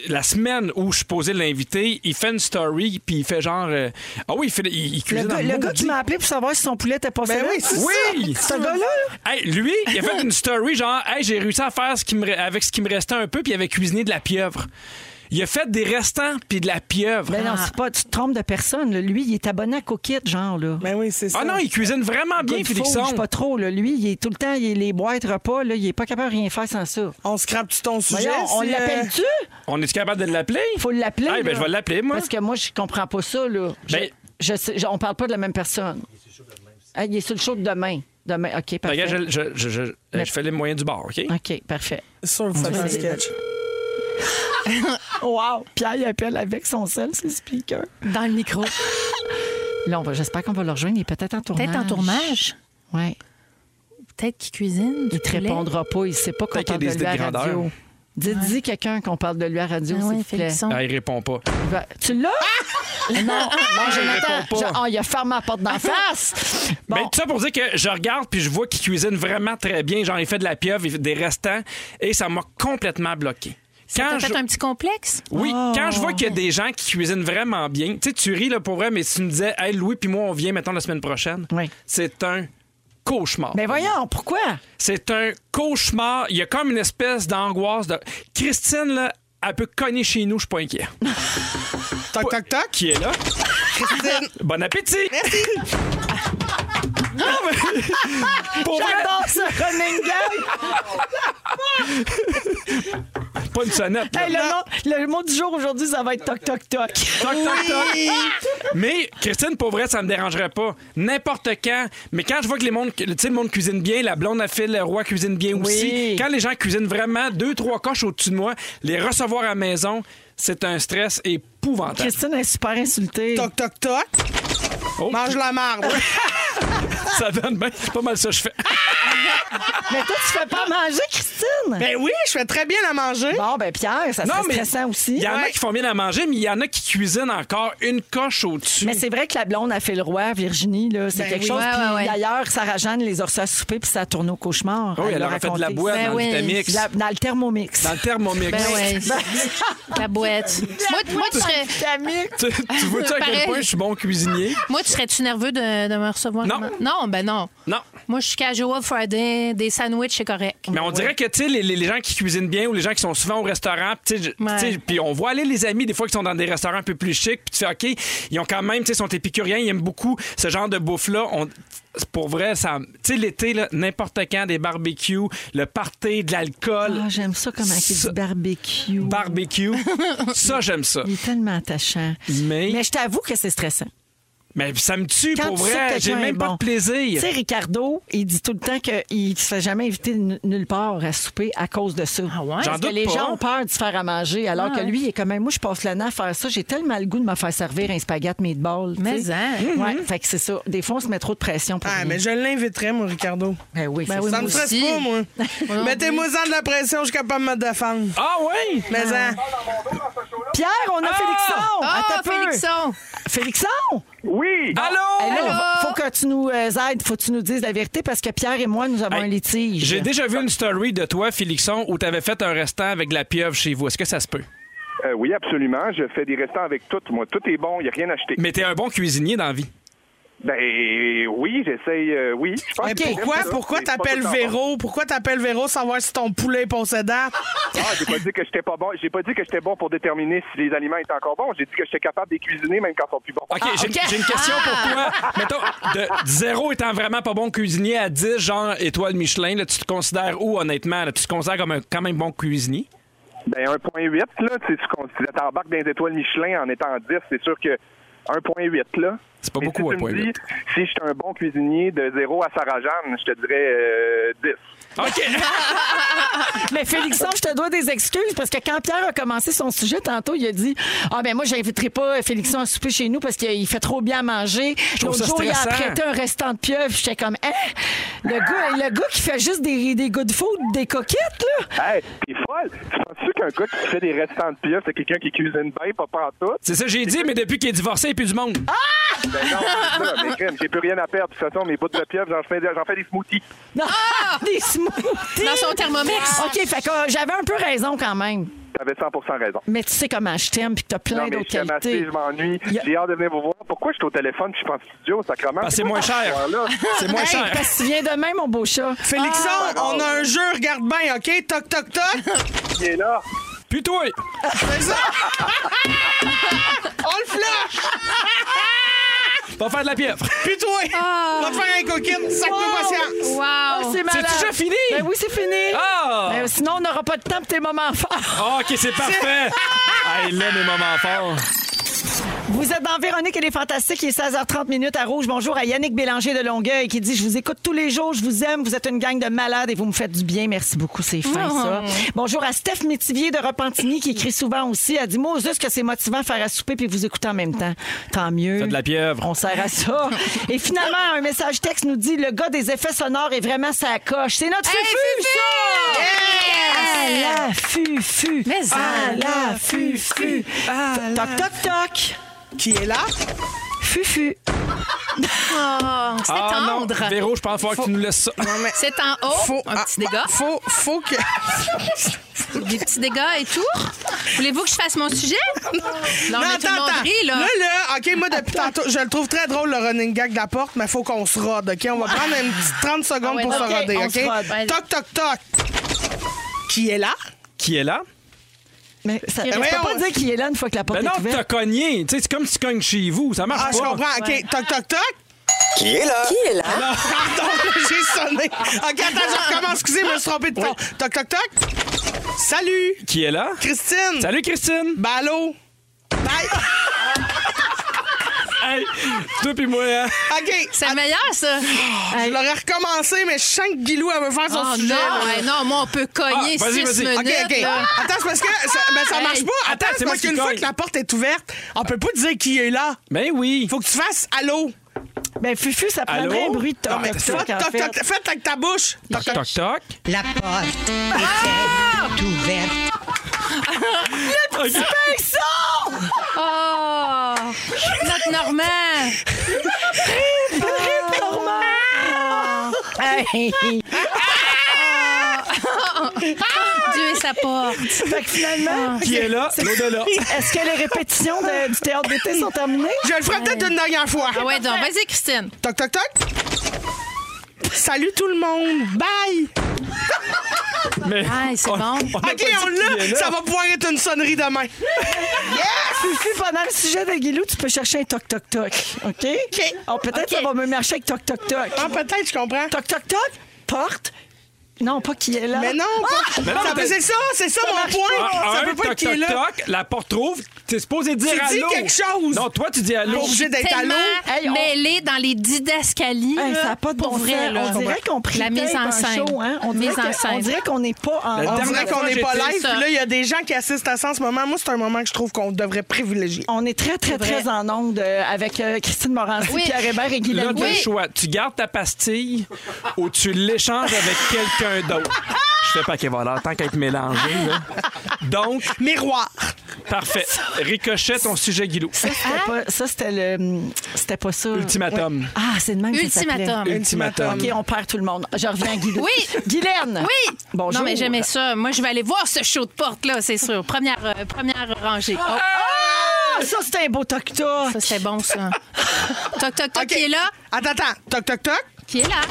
C: la semaine où je suis posé l'inviter, il fait une story, puis il fait genre, euh, ah oui, il, fait- il- il
B: Le
C: cuisine
B: gars,
C: en
B: le gars qui
C: maudit.
B: m'a appelé pour savoir si son poulet était passé
E: Ben
B: là.
E: oui, c'est
C: Oui!
B: Ce gars-là, là.
C: Hey, lui, il a fait une story genre, hey, j'ai réussi à faire ce qui me, re- avec ce qui me restait un peu, puis il avait cuisiné de la pieuvre. Il a fait des restants puis de la pieuvre.
B: Ben non, c'est pas, tu te trompes de personne. là. Lui, il est abonné à Coquette, genre, là.
E: Ben oui, c'est ça.
C: Ah non, il cuisine vraiment bien,
B: Good food,
C: Félixon.
B: je sais pas trop, là. Lui, il est tout le temps, il est les boîtes repas, là, il est pas capable de rien faire sans ça.
E: On scrape-tu ton sujet?
B: Voyons, on
E: si, euh,
B: l'appelle-tu?
C: On est capable de l'appeler?
B: Faut l'appeler.
C: Ah, ben,
B: là.
C: je vais l'appeler, moi.
B: Parce que moi, je comprends pas ça, là. Je-
C: Ben-
B: je sais- je- on parle pas de la même personne. Ah, Il est sur le show de demain. Demain, OK, parfait.
C: Ben, Regarde, je, je, je, euh, je-
B: Mais-
C: je fais les moyens du bord, OK?
B: OK, parfait.
E: Sûr, vous faites un sketch.
B: Wow! Pierre, il appelle avec son sel, ses speakers.
D: Dans le micro.
B: Là, on va- j'espère qu'on va le rejoindre. Il est peut-être en tournage.
D: Peut-être en tournage.
B: Oui.
D: Peut-être qu'il cuisine. du
B: Il te
D: poulet.
B: répondra pas. Il sait pas qu'on
C: Peut-être qu'il
B: parle
C: y
B: de
C: a des
B: lui à
C: idées de grandeur.
B: radio. Dites-y quelqu'un qu'on parle de lui à radio,
D: Ah
B: s'il
D: ouais,
B: vous plaît.
D: Félixon.
C: Ah, il répond pas.
B: Va- Tu l'as? Non, non, Jonathan.
C: réponds pas.
B: Ah! Je- Ah, il a fermé la porte d'en face. Bon.
C: Mais Ben, tout ça pour dire que je regarde puis je vois qu'il cuisine vraiment très bien. Genre, il fait de la pieuvre, il fait des restants et ça m'a complètement bloqué.
D: T'as
C: Quand Ah, je...
D: peut-être un petit complexe?
C: Oui,
B: Oh.
C: quand je vois qu'il y a des gens qui cuisinent vraiment bien, tu sais, tu ris là, pour vrai, mais si tu me disais, hey, Louis puis moi, on vient, mettons, la semaine prochaine,
B: Oui. Ben,
C: c'est un cauchemar.
B: Mais voyons, pourquoi?
C: C'est un cauchemar. Il y a comme une espèce d'angoisse. De... Christine, là, elle peut cogner chez nous, je suis pas inquiet.
E: Toc, toc, toc.
C: Qui est là?
E: Christine.
C: Bon appétit! Merci! Non, mais... Pour vrai,
B: J'adore ce running gag.
C: pas une sonnette. là.
B: Hey, le, mot, le mot du jour aujourd'hui, ça va être toc toc toc.
C: Toc, toc, toc. Mais Christine, pour vrai, ça me dérangerait pas. N'importe quand. Mais quand je vois que les mondes, tu sais, le monde cuisine bien, la blonde à fil, le roi cuisine bien aussi. Quand les gens cuisinent vraiment deux, trois coches au-dessus de moi, les recevoir à la maison, c'est un stress épouvantable.
B: Christine est super insultée.
E: Toc, toc, toc.
C: Oh,
E: Mange la marbre.
C: ça donne bien. C'est pas mal ça que je fais.
B: Ah, Mais toi, tu fais pas à manger, Christine?
E: ben oui, je fais très bien à manger.
B: Bon, ben Pierre, ça serait stressant
C: Il
B: aussi.
C: y en a
E: Ouais.
C: qui font bien à manger, mais il y en a qui cuisinent encore une coche au-dessus.
B: Mais c'est vrai que la blonde a fait le roi, Virginie, là, c'est
E: Ben
B: quelque
E: oui.
B: chose.
D: Ouais,
B: Puis
D: ouais, ouais.
B: D'ailleurs, Sarah Jeanne les a reçus à souper, puis ça tourne au cauchemar.
C: Oh, elle
B: l'a
C: leur a fait de
B: raconté.
C: la boîte
D: Ben
C: dans
D: oui.
C: le Vitamix.
B: La- dans le thermomix.
C: Dans le thermomix.
D: Ben ouais. La boîte. moi, moi, tu serais,
C: tu, tu vois-tu à quel
D: Pareil.
C: point je suis bon cuisinier?
D: moi, tu serais-tu nerveux de, de me recevoir?
C: Non.
D: demain? Non, ben non.
C: Non.
D: Moi, je suis casual Friday, des sandwichs, c'est correct.
C: Mais on dirait que tu sais, les, les- les gens qui cuisinent bien ou les gens qui sont souvent au restaurant, tu sais, je- tu sais,
D: Ouais.
C: puis on voit aller les amis des fois qui sont dans des restaurants un peu plus chics, puis tu fais OK, ils ont quand même, tu sais, sont épicuriens, ils aiment beaucoup ce genre de bouffe-là. On- Pour vrai, ça. Tu sais, l'été, là, n'importe quand, des barbecues, le party, de l'alcool,
B: Ah, j'aime ça comme un petit
C: Ça-
B: barbecue.
C: barbecue, ça, j'aime ça.
B: Il est tellement attachant.
C: Mais-
B: je t'avoue que c'est stressant.
C: Mais ça me tue,
B: Quand
C: pour
B: tu sais que
C: vrai.
B: quelqu'un
C: J'ai
B: est
C: même pas
B: bon.
C: de
B: Tu
C: plaisir.
B: sais, Ricardo, il dit tout le temps qu'il ne se fait jamais inviter n- nulle part à souper à cause de ça.
D: Ah ouais? J'en
B: Parce que
C: doute
B: les
C: pas.
B: gens ont peur de se faire à manger, alors
D: Ouais.
B: que lui, il est quand même, moi, je passe le temps à faire ça. J'ai tellement le goût de me faire servir un spaghette meatball. tu sais.
D: Mais, hein.
B: Ouais, fait que c'est ça. Des fois, on se met trop de pression pour
E: Ah,
B: rien.
E: mais je l'inviterais, mon Ricardo.
B: Ben oui, c'est ça.
D: oui,
E: Ça me
D: moi
E: stresse
D: aussi.
E: pas, moi.
D: non
E: Mettez-moi en de la pression, je suis capable de me défendre.
C: Ah oui!
E: Mais hein,
B: Pierre, on a Félixon!
D: Ah,
B: Attends un peu.
D: Félixon!
B: Félixon!
C: Allô?
B: Hey, là,
D: Allô?
B: faut que tu nous euh, aides, faut que tu nous dises la vérité parce que Pierre et moi, nous avons
C: Hey,
B: un litige.
C: J'ai déjà vu une story de toi, Félixon, où t'avais fait un restant avec de la pieuvre chez vous. Est-ce que ça se peut?
H: Euh, oui, absolument. Je fais des restants avec tout. Moi, tout est bon. Il n'y a rien acheté.
C: Mais t'es un bon cuisinier dans la vie.
H: Ben oui, j'essaye. euh, oui, je pense
E: mais
H: que-
E: pourquoi,
H: C'est
E: pourquoi
H: pas tout
E: t'appelles
H: en ordre.
E: Véro? Pourquoi t'appelles Véro savoir si ton poulet est possédant?
H: Ah, j'ai pas dit que j'étais pas bon. J'ai pas dit que j'étais bon pour déterminer si les aliments étaient encore bons. J'ai dit que j'étais capable de les cuisiner même quand ils sont plus bons.
C: OK, j'ai j'ai une question pour toi. Mettons, de 0 étant vraiment pas bon cuisinier à 10, genre étoile Michelin, là, tu te considères où, honnêtement? là? tu te considères comme un quand même bon cuisinier?
H: Ben 1.8 là, tu sais, tu con- tu t'embarques dans les étoiles Michelin en étant 10, c'est sûr que 1.8 là.
C: C'est pas
H: Mais
C: beaucoup,
H: si tu me
C: 1.8.
H: dis, Si je suis un bon cuisinier de 0 à Sarah-Jeanne, je te dirais euh, 10.
C: OK.
B: Mais Félixon, je te dois des excuses parce que quand Pierre a commencé son sujet tantôt, il a dit Ah, ben moi, j'inviterai pas Félixon à souper chez nous parce qu'il fait trop bien à manger.
C: trouve
B: L'autre
C: ça
B: jour, il a
C: stressant.
B: apprêté un restant de pieuvre. J'étais comme Hein? Le gars, le gars qui fait juste des, des good food, des coquettes, là.
H: Hey, t'es folle! Tu penses-tu qu'un gars qui fait des restants de pieuvre, c'est quelqu'un qui cuisine bien, pas pantoute?
C: C'est ça que j'ai dit, mais depuis qu'il est divorcé, il n'y a plus du monde.
H: Ben non, c'est ça, mais crème, j'ai plus rien à perdre. De toute façon, mes bouts de pieuvre, j'en fais, j'en fais des smoothies.
B: Non, des smoothies.
D: Ah! Dans son thermomix.
B: OK, fait que euh, j'avais un peu raison quand même.
H: T'avais 100 raison.
B: Mais tu sais comment je t'aime puis que t'as
H: Non,
B: plein
H: mais
B: d'autres
H: je suis amassé,
B: qualités.
H: je m'ennuie.
B: Y a-
H: J'ai hâte de venir vous voir. Pourquoi je suis au téléphone puis je suis en studio, sacrement?
C: Ah, c'est moins cher. C'est moins
B: Hey,
C: cher.
B: parce que tu viens demain, mon beau chat.
E: Félixon, on a un jeu, regarde bien, OK? Toc, toc, toc.
H: Il est là.
C: Puis toi!
E: C'est ça! On le flash!
C: Va faire de la pièvre!
E: Puis toi! Va te faire un coquine, sac de patience!
D: Wow!
B: Ah, c'est malade.
C: déjà fini?
B: Ben oui, c'est fini.
C: Ah!
B: Ben, sinon, on n'aura pas de temps pour tes moments forts.
C: Ah, OK, c'est parfait! hey, là, mes moments forts.
B: Vous êtes dans Véronique et les Fantastiques, il est 16h30 minutes à Rouge. Bonjour à Yannick Bélanger de Longueuil qui dit « Je vous écoute tous les jours, je vous aime, vous êtes une gang de malades et vous me faites du bien. Merci beaucoup, c'est fin, ça. » Bonjour à Steph Métivier de Repentigny qui écrit souvent aussi. Elle dit « Moi, juste que c'est motivant faire à souper puis vous écouter en même temps. Tant mieux. »
C: Faites de la pièvre.
B: On sert à ça. et finalement, un message texte nous dit « Le gars des effets sonores est vraiment sa coche. » C'est Ah, notre fufu, ça! À la fufu!
D: Mais ça.
B: À la fufu! Toc, toc, toc!
E: Qui est là?
B: Fufu.
D: C'est
C: Ah non,
D: tendre.
C: Véro, je pense qu'il faut que tu nous laisses ça.
D: C'est en haut.
E: Faut,
D: un
E: ah,
D: petit dégât.
E: Faut, faut que.
D: Des petits dégâts et tout. Voulez-vous que je fasse mon sujet? Non, mais tout le monde rit, là.
E: Là, là, OK, moi, depuis tantôt, je le trouve très drôle, le running gag de la porte, mais faut qu'on se rode, OK? On va prendre une petite 30 secondes
D: Ah ouais,
E: pour
D: OK,
E: se roder,
B: on
E: OK?
B: se rode.
D: Ouais.
E: Toc, toc, toc. Qui est là?
D: Ah,
C: Qui est là?
B: Mais ça, je
E: est-
B: peux pas
E: on-
B: dire qu'il est là une fois que la porte
C: Ben non,
B: est ouverte.
C: t'as cogné. Tu sais, c'est comme si tu cognes chez vous. Ça marche
E: Ah, je
C: pas.
E: comprends. OK, toc, toc, toc. Pardon, j'ai sonné. OK, attends, je recommence. Excusez, je me suis trompé de ton. Toc, toc, toc. Salut,
C: Qui est là?
E: Christine.
C: Salut, Christine!
E: Ben, allô? Bye.
C: Hey, toi pis moi, hein?
E: OK,
D: C'est meilleur, ça.
E: je l'aurais recommencé, mais je sens que Guilou, elle veut faire son
D: Oh
E: sujet.
D: non, ouais, non, moi, on peut cogner
C: Ah, vas-y,
D: six
C: vas-y.
D: minutes.
E: OK, OK.
D: là.
E: Attends, c'est parce que ça, ben, ça marche
D: Hey,
E: pas. Attends,
C: attends,
E: c'est
C: c'est moi
E: parce
C: qui
E: qu'une fois
C: cogne.
E: que la porte est ouverte, on peut pas dire qui est là.
C: Ben oui!
E: Faut que tu fasses allô.
B: Ben Fufu, ça
C: Allô?
B: prendrait un bruit de
D: Ah,
C: Non, mais
B: toc
C: c'est
E: Toc,
B: toc en
E: toc,
B: fait.
E: toc. Faites avec ta bouche. Toc, toc.
C: Toc, toc.
I: La porte est ouverte.
C: Ok.
D: Oh! Notre Normand!
B: Hey!
D: Dieu et sa porte.
B: Fait que finalement,
C: Qui est là? L'au-delà.
B: est-ce que les répétitions de- du théâtre d'été sont terminées?
E: Je le ferai peut-être une dernière fois.
D: Ah ouais, donc, vas-y, Christine.
E: Toc, toc, toc. Salut tout le monde. Bye.
C: Mais
D: Ah, c'est bon.
C: on a
E: OK,
C: pas
E: on
C: dit qui est
E: l'a.
C: là.
E: Ça va pouvoir être une sonnerie demain.
B: Fufu, pendant le sujet de Guilou, tu peux chercher un toc toc toc. OK?
E: OK.
B: Oh, peut-être
D: OK.
B: ça va me marcher avec toc toc toc.
E: Ah, peut-être, je comprends.
B: Toc toc toc, porte. Non, pas qui est là.
E: Mais non. pas-
C: Ah! Mais non,
E: Ça-
C: mais-
E: c'est ça, c'est ça mon
C: Ah,
E: point. Ça
C: un,
E: peut pas
C: toc,
E: être qui
C: toc,
E: est là.
C: toc, la porte trouve, t'es supposé dire
E: Tu dis
C: allô.
E: quelque chose.
C: Non, toi, tu dis allô.
E: T'es obligé d'être à
D: Tellement
E: l'eau.
B: Hey, on-
D: mêlée dans les didascalies.
B: Hey, ça
D: là,
B: n'a pas de
D: pour
B: bon
D: vrai,
B: sens.
D: là.
B: On dirait qu'on prie
D: La mise en scène.
B: Show, hein? on, dirait
D: Mise en
B: que-
D: scène.
B: on dirait qu'on n'est pas en.
C: La
E: On
C: dernière
E: dirait
C: fois,
E: qu'on n'est pas
C: j'étais-
E: live. Puis
D: ça.
E: là, il y a des gens qui assistent à ça en ce moment. Moi, c'est un moment que je trouve qu'on devrait privilégier.
B: On est très, très,
D: vrai.
B: très en onde euh, avec euh, Christine Morancy,
D: Oui.
B: Pierre Hébert et Guy
C: Là, tu as
B: Lanois.
C: le choix. Tu gardes ta pastille ou tu l'échanges avec quelqu'un d'autre. Je fais pas qu'elle va là, tant qu'à être mélangée. là. Donc,
E: Miroir.
C: parfait. Ricochet ton sujet, Guilou.
D: Ah.
B: C'était pas- Ça, c'était le. C'était pas ça.
C: Ultimatum.
B: Ah, c'est le même que ça s'appelait.
D: Ultimatum.
C: Ultimatum.
B: OK, on perd tout le monde. Je reviens à Guilou.
D: Oui.
B: Guylaine.
D: Oui!
B: Bonjour.
D: Non, mais j'aimais ça. Moi, je vais aller voir ce show de porte-là, c'est sûr. Première, euh, première rangée. Oh,
B: Ah, ça, c'était un beau toc-toc.
D: ça, c'est bon, ça. toc, toc, toc,
E: OK.
D: qui est là?
E: Attends, attends. Toc, toc, toc.
D: Qui est là?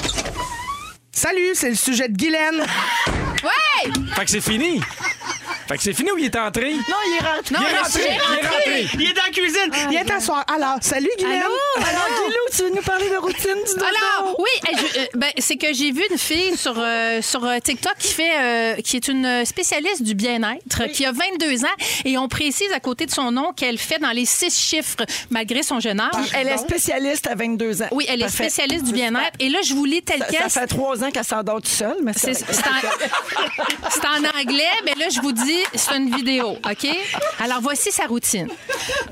E: Salut, c'est le sujet de Guylaine.
D: Ouais!
C: Fait que c'est fini. Fait que c'est fini ou il est entré?
B: Non, il est rentré.
D: Non,
C: Il est
D: le
C: rentré.
D: sujet est
C: Il est rentré.
E: Il est dans la cuisine. Viens t'asseoir. Alors, salut Guylaine.
D: Ah, Allô?
B: Alors, Guilou, tu veux nous parler de routine du dodo?
D: Oh, Alors, oui, eh, je- euh, ben, c'est que j'ai vu une fille sur, euh, sur euh, TikTok qui fait, euh, qui est une spécialiste du bien-être, qui a 22 ans, et on précise à côté de son nom qu'elle fait dans les six chiffres, malgré son jeune âge.
B: Elle est spécialiste à 22 ans.
D: Ah, Oui, elle est
B: Parfait.
D: spécialiste du bien-être. Et là, je vous lis tel
B: Ça, ça
D: quel.
B: fait trois ans qu'elle s'endort toute seule, mais
D: C'est
B: c'est.
D: c'est en, c'est en anglais, mais là, je vous dis, c'est une vidéo, OK? Alors, voici sa routine.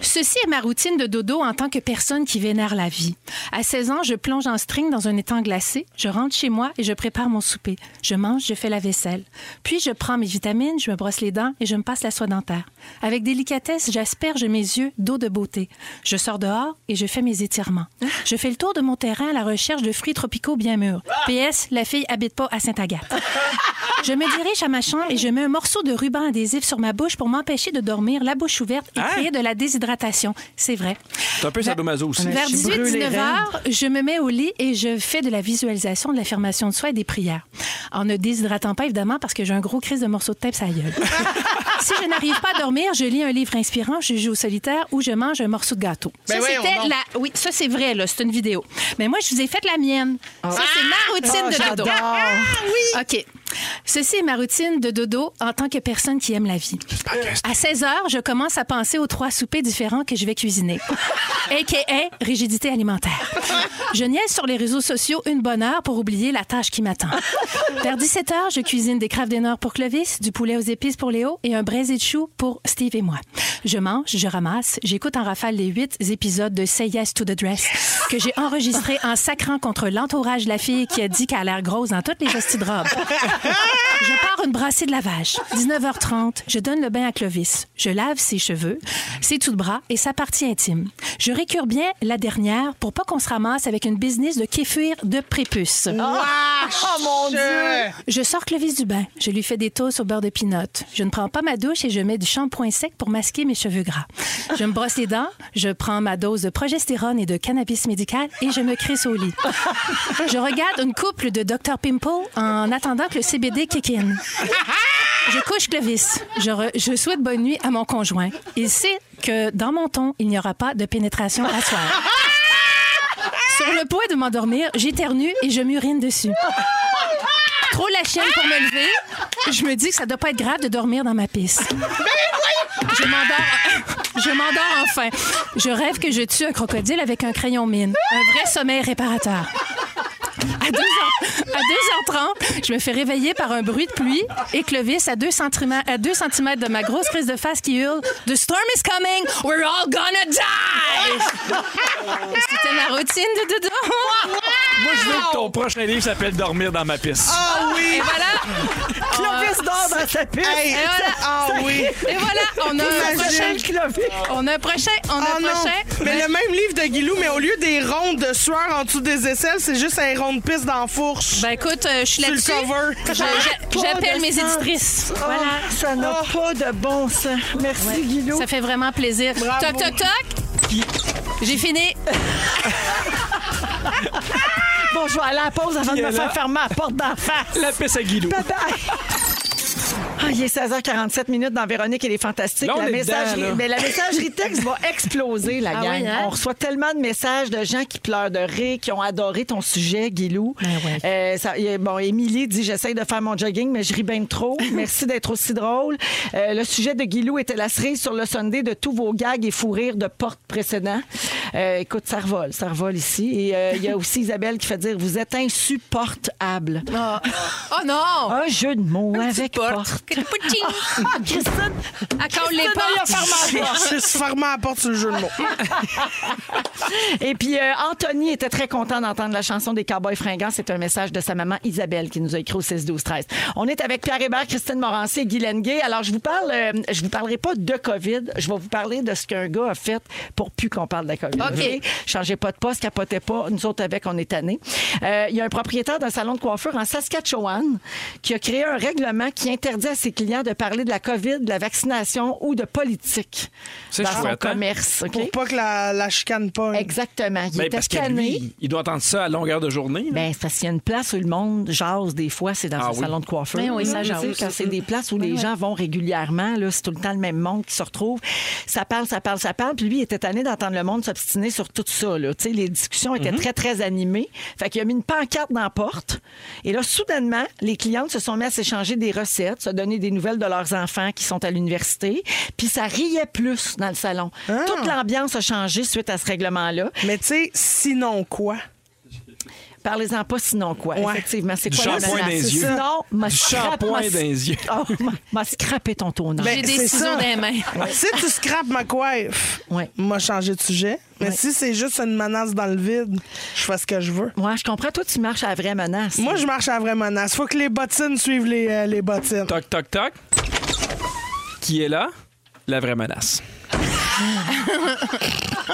D: Ceci est ma routine de dodo en tant que personne qui vénère la vie. À 16 ans, je plonge en string dans un étang glacé, je rentre chez moi et je prépare mon souper. Je mange, je fais la vaisselle. Puis, je prends mes vitamines, je me brosse les dents et je me passe la soie dentaire. Avec délicatesse, j'asperge mes yeux d'eau de beauté. Je sors dehors et je fais mes étirements. Je fais le tour de mon terrain à la recherche de fruits tropicaux bien mûrs. PS, la fille habite pas à Sainte-Agathe. Je me dirige à ma chambre et je mets un morceau de ruban adhésif sur ma bouche pour m'empêcher de dormir, la bouche ouverte et
B: Ah!
C: Hein?
D: créer de la déshydratation. C'est vrai.
C: C'est un peu sadomaso aussi.
D: Vers
B: je suis brûlée
D: 18-19 heures, je me mets au lit et je fais de la visualisation, de l'affirmation de soi et des prières. En ne déshydratant pas, évidemment, parce que j'ai un gros crise de morceau de tête, ça gueule. si je n'arrive pas à dormir, je lis un livre inspirant, je joue au solitaire ou je mange un morceau de gâteau.
E: Ben
D: ça,
E: voyons donc.
D: c'était la... Oui, ça, c'est vrai, là. C'est une vidéo. Mais moi, je vous ai fait la mienne.
E: Ah!
D: Ça, c'est
B: Ah,
D: ma routine de dodo. Ah. OK. Ceci est ma routine de dodo en tant que personne qui aime la vie. À 16 heures, je commence à penser aux trois soupers différents que je vais cuisiner. A.K.A. rigidité alimentaire. Je niaise sur les réseaux sociaux une bonne heure pour oublier la tâche qui m'attend. Vers 17 heures, je cuisine des craves des Nord pour Clovis, du poulet aux épices pour Léo et un braisé de chou pour Steve et moi. Je mange, je ramasse, j'écoute en rafale les huit épisodes de Say Yes to the Dress que j'ai enregistré en sacrant contre l'entourage de la fille qui a dit qu'elle a l'air grosse dans toutes les vesties de robe. Je pars une brassée de lavage. 19h30, je donne le bain à Clovis. Je lave ses cheveux, ses tout de bras et sa partie intime. Je récure bien la dernière pour pas qu'on se ramasse avec une business de kéfir de prépuce.
E: Oh mon Dieu!
D: Je sors Clovis du bain. Je lui fais des toasts au beurre de pinot. Je ne prends pas ma douche et je mets du shampoing sec pour masquer mes cheveux gras. Je me brosse les dents, je prends ma dose de progestérone et de cannabis médical et je me crisse au lit. Je regarde une couple de Dr Pimple en attendant que le CBD kick in. Je couche Clovis. Je, re- je souhaite bonne nuit à mon conjoint. Il sait que dans mon ton, il n'y aura pas de pénétration à soir. Sur le point de m'endormir, j'éternue et je m'urine dessus. Trop la chienne pour me lever, je me dis que ça doit pas être grave de dormir dans ma pisse. Je m'endors. Je m'endors enfin. Je rêve que je tue un crocodile avec un crayon mine. Un vrai sommeil réparateur. À 2h, à 2h30, je me fais réveiller par un bruit de pluie et Clovis à 2 cm, à 2 cm de ma grosse crise de face qui hurle The storm is coming, we're all gonna die! C'était ma routine de dodo.
C: Moi, je veux que ton prochain livre s'appelle Dormir dans ma piste.
E: Ah oui!
D: Et voilà,
B: Clovis dort dans sa piste.
E: Hey,
D: Et voilà.
E: Ah oui!
D: et voilà, on a un
E: Imagine.
D: prochain.
B: Quel Clovis.
D: On a un prochain, on a
E: Ah
D: un
E: non!
D: prochain.
E: Mais le même livre de Guilou, mais au lieu des rondes de sueur en dessous des aisselles, c'est juste un rond de piste dans la fourche.
D: Ben écoute, euh, je suis
E: Sur le
D: là-dessus.
E: cover. Oh.
D: Je- je- J'appelle mes éditrices. Voilà.
B: Oh, Ça n'a pas de bon sens. Merci, Guillaume.
D: Ça fait vraiment plaisir. Toc, toc, toc. J'ai fini.
B: Bon, je vais aller à la pause avant de
C: Qui
B: me
C: est
B: faire
C: là?
B: fermer la porte d'en face.
C: La piste à Guilou.
B: Bye bye. Ah, il est 16h47 minutes dans Véronique et les Fantastiques.
C: Là, on
B: la,
C: est
B: messagerie,
C: dedans, là.
B: mais la messagerie texte va exploser, la
D: Ah
B: gang.
D: oui, hein?
B: On reçoit tellement de messages de gens qui pleurent de rire, qui ont adoré ton sujet, Guilou.
D: Ben ouais.
B: Euh, ça- y a- bon, Émilie dit J'essaye de faire mon jogging, mais je ris bien trop. Merci d'être aussi drôle. Euh, le sujet de Guilou était la cerise sur le Sunday de tous vos gags et fous rires de porte précédents. Euh, écoute, ça revole, ça revole ici. Et euh, il y a aussi Isabelle qui fait dire Vous êtes insupportable.
E: Ah.
D: Oh, Oh non!
B: Un jeu de mots avec
D: Porte.
B: porte.
D: Poutine.
B: Ah, Christine,
D: Accorde les portes.
E: Ah, C'est se fermer la porte sur le jeu de mots.
B: Et puis, euh, Anthony était très content d'entendre la chanson des Cowboys fringants. C'est un message de sa maman Isabelle qui nous a écrit au 6-12-13. On est avec Pierre Hébert, Christine Morancier et Guy Lenguet. Alors, je vous parle, euh, je vous parlerai pas de COVID. Je vais vous parler de ce qu'un gars a fait pour plus qu'on parle de la COVID.
D: OK.
B: Changez pas de poste, capotez pas. Nous autres, avec, on est tannés. Euh, Il y a un propriétaire d'un salon de coiffure en Saskatchewan qui a créé un règlement qui interdit à ses clients de parler de la COVID, de la vaccination ou de politique
C: C'est
B: dans son
C: chouette, hein?
B: commerce. OK?
E: Pour pas que la, la chicane pogne.
B: Exactement. Il
C: Ben,
B: était
C: parce que
B: tanné.
C: lui, il doit entendre ça à longueur de journée. là.
B: Ben, c'est parce qu'il y a une place où le monde jase des fois, c'est dans
C: Ah
B: un
C: oui.
B: salon de coiffeur.
D: Ben oui, ça
B: Tu sais,
D: jase. Ben
B: Quand c'est des places où les gens vont régulièrement, là, c'est tout le temps le même monde qui se retrouve. Ça parle, ça parle, ça parle. Puis lui, il était tanné d'entendre le monde s'obstiner sur tout ça. Là. Tu sais, Les discussions étaient
C: Mhm.
B: très, très animées. Fait qu'il a mis une pancarte dans la porte. Et là, soudainement, les clientes se sont mises à s'échanger des recettes, se donner des nouvelles de leurs enfants qui sont à l'université. Puis ça riait plus dans le salon.
C: Ah.
B: Toute l'ambiance a changé suite à ce règlement-là.
E: Mais tu sais, sinon quoi?
B: Parlez-en pas, sinon quoi?
E: Ouais.
B: Effectivement, c'est
C: Du
B: quoi la
C: shampoing
B: menace?
C: dans les yeux.
B: Sinon, m'a
C: Du
B: scrappe-
C: shampoing
B: m'a-
C: dans les yeux.
B: Oh, m'a- m'a scrappé ton tournant.
D: J'ai des
E: Ben, c'est ça.
D: ciseaux dans les mains.
E: Si tu scrapes ma coiffe,
B: Ouais.
E: moi changer de sujet. Mais si c'est juste une menace dans le vide, je fais ce que je veux.
B: Moi, je comprends. Toi, tu marches à la vraie menace.
E: Moi, je marche à la vraie menace. Faut que les bottines suivent les, euh, les bottines.
C: Toc, toc, toc. Qui est là? La vraie menace.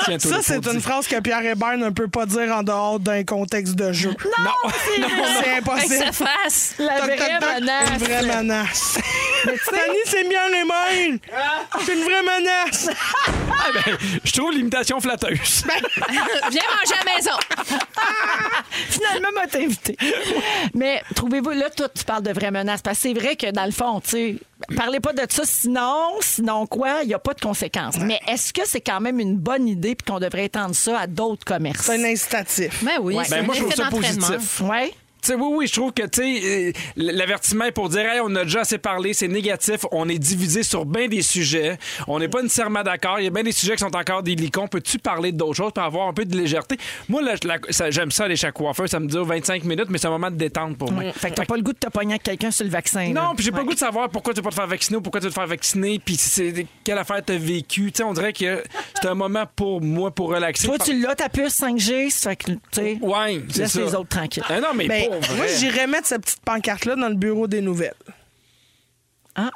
C: Tiens, toi,
E: Ça,
C: le
E: c'est
C: faut
E: une
C: dire.
E: phrase que Pierre Hébert ne peut pas dire en dehors d'un contexte de jeu.
C: Non, non,
E: Ah, C'est
D: Avec
E: impossible.
D: sa face.
B: la
E: Toc,
B: vraie
E: toc, toc,
B: menace.
E: Une vraie menace. Fanny, c'est bien les mails. C'est une vraie menace.
C: Ah ben, je trouve l'imitation flatteuse.
D: Viens manger à la maison.
B: Finalement, m'a invité. Mais trouvez-vous, là, toi, tu parles de vraies menaces. Parce que c'est vrai que, dans le fond, tu sais, parlez pas de ça, sinon, sinon quoi, il n'y a pas de conséquences. Mais est-ce que c'est quand même une bonne idée puis qu'on devrait étendre ça à d'autres commerces?
E: C'est un incitatif.
D: Ben oui,
C: Ben,
D: c'est
C: moi,
D: un
C: je trouve
D: effet
C: ça
D: d'entraînement.
C: positif.
B: Oui.
C: Tu sais, oui, oui, je trouve que tu sais, euh, l'avertissement est pour dire hey, on a déjà assez parlé, c'est négatif, on est divisé sur bien des sujets, on n'est pas nécessairement d'accord, il y a bien des sujets qui sont encore des licons, peux-tu parler d'autres choses pour avoir un peu de légèreté? Moi, là, je la- ça- j'aime ça aller chez le coiffeur, ça me dure 25 minutes, mais c'est un moment de détente pour moi.
B: Fait que t'as pas le goût de te pogner avec quelqu'un sur le vaccin. là.
C: Non, puis j'ai
B: Mm.
C: pas
B: Ouais.
C: le goût de savoir pourquoi tu vas pas te faire vacciner ou pourquoi tu vas te faire vacciner, puis c'est quelle affaire t'as vécu. Tu sais, on dirait que c'est un moment pour moi pour relaxer.
B: Toi, tu l'as, ta puce 5G, ça fait que, tu sais,
C: Ouais, c'est
B: laisse
C: ça.
B: les autres tranquilles.
C: Ah non, mais
E: Ben,
C: pour vrai.
E: moi, j'irais mettre cette petite pancarte-là dans le bureau des nouvelles.
B: Ah,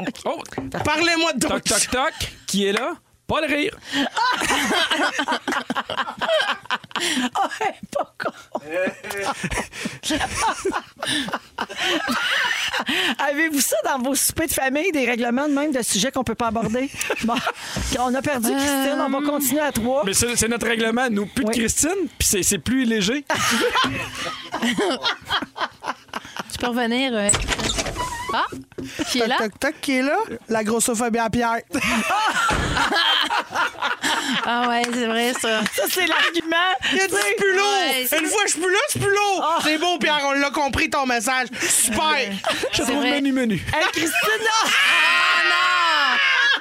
B: OK.
C: Oh,
E: Parlez-moi de
C: toc, toc, toc, qui est là? Pas le rire.
B: Ouais, pas con. Avez-vous ça dans vos soupers de famille, des règlements de même de sujets qu'on peut pas aborder? Bon, on a perdu Christine,
E: Euh,
B: on va continuer à trois.
C: Mais c'est c'est notre règlement, nous. Plus
B: Oui.
C: de Christine, puis c'est- c'est plus léger.
D: Tu peux revenir. euh, Ah, qui est là?
E: Toc, toc, qui est là? La grossophobie à Pierre.
D: Ah ouais, c'est vrai ça.
B: Ça, c'est l'argument.
E: Il a dit, je suis plus
D: Ouais, c'est-
E: lourd. Une fois, je suis plus là, je suis plus lourd. C'est beau, Pierre, on l'a compris, ton message. Super.
C: Je trouve
D: vrai.
C: menu menu.
B: Hey, Christine, ah!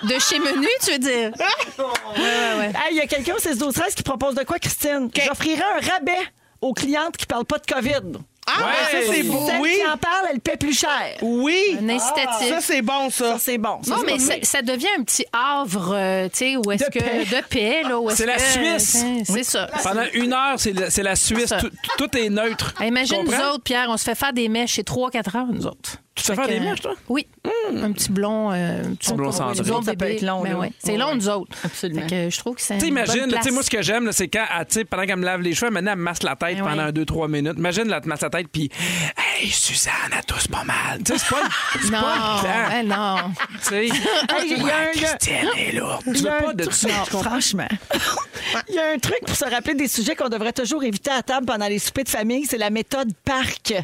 D: De chez Menu, tu veux dire?
B: Hey, il y a quelqu'un au 16 12 13 qui propose de quoi, Christine? J'offrirai un rabais aux clientes qui parlent pas de COVID.
E: Ah, ben, ça, c'est beau.
B: Celle
E: Oui.
B: qui en parle, elle paie plus cher.
C: Ah!
E: Oui.
D: Un incitatif.
E: Ça, c'est bon, ça.
B: Ça, c'est bon. Ça,
D: Non,
B: c'est
D: mais
B: pas
D: ça,
B: pire.
D: ça devient un petit havre, euh, tu sais, où est-ce
B: De
D: que.
B: paix.
D: De paix, là. où est-ce
C: Ah, C'est la
D: que- hein,
C: Suisse.
D: C'est- C'est ça.
C: Pendant une heure, c'est la, c'est la Suisse.
D: Ça.
C: Tout, tout est neutre.
D: Ah, imagine
C: Tu
D: nous
C: comprends?
D: autres, Pierre, on se fait faire des mèches chez 3-4 heures, nous autres.
C: Tu te fais faire
D: Fait
C: des
D: que,
C: mèches, toi? Hmm.
D: Oui. Un petit blond. euh, un petit
C: Un blond cendré.
B: Ça peut être long,
D: Ben
B: là.
D: ouais. C'est
B: Ouais,
D: long,
B: ouais.
D: nous autres.
B: Absolument.
D: Fait que je trouve que c'est.
C: Tu
D: une bonne
C: imagines, tu sais,
D: place.
C: moi, ce que j'aime, là, c'est quand, ah, tu sais, pendant qu'elle me lave les cheveux, maintenant, elle me masse la tête
D: Ben
C: pendant
D: ouais.
C: 2-3 minutes. Imagine, là, elle te masse la tête, puis, hey, Suzanne, elle tousse pas mal. Tu sais, c'est pas, le- c'est
D: Non,
C: pas
D: ouais, non.
C: le plan. Tu sais,
B: Hey, il y a un-
C: Ouais, Christine est lourde. Tu
B: Il y
C: veux
B: a
C: pas
B: un
C: de
B: truc-
C: ça.
B: Non,
C: tu comprends?
B: franchement. Il y a un truc pour se rappeler des sujets qu'on devrait toujours éviter à table pendant les soupers de famille, c'est la méthode parc.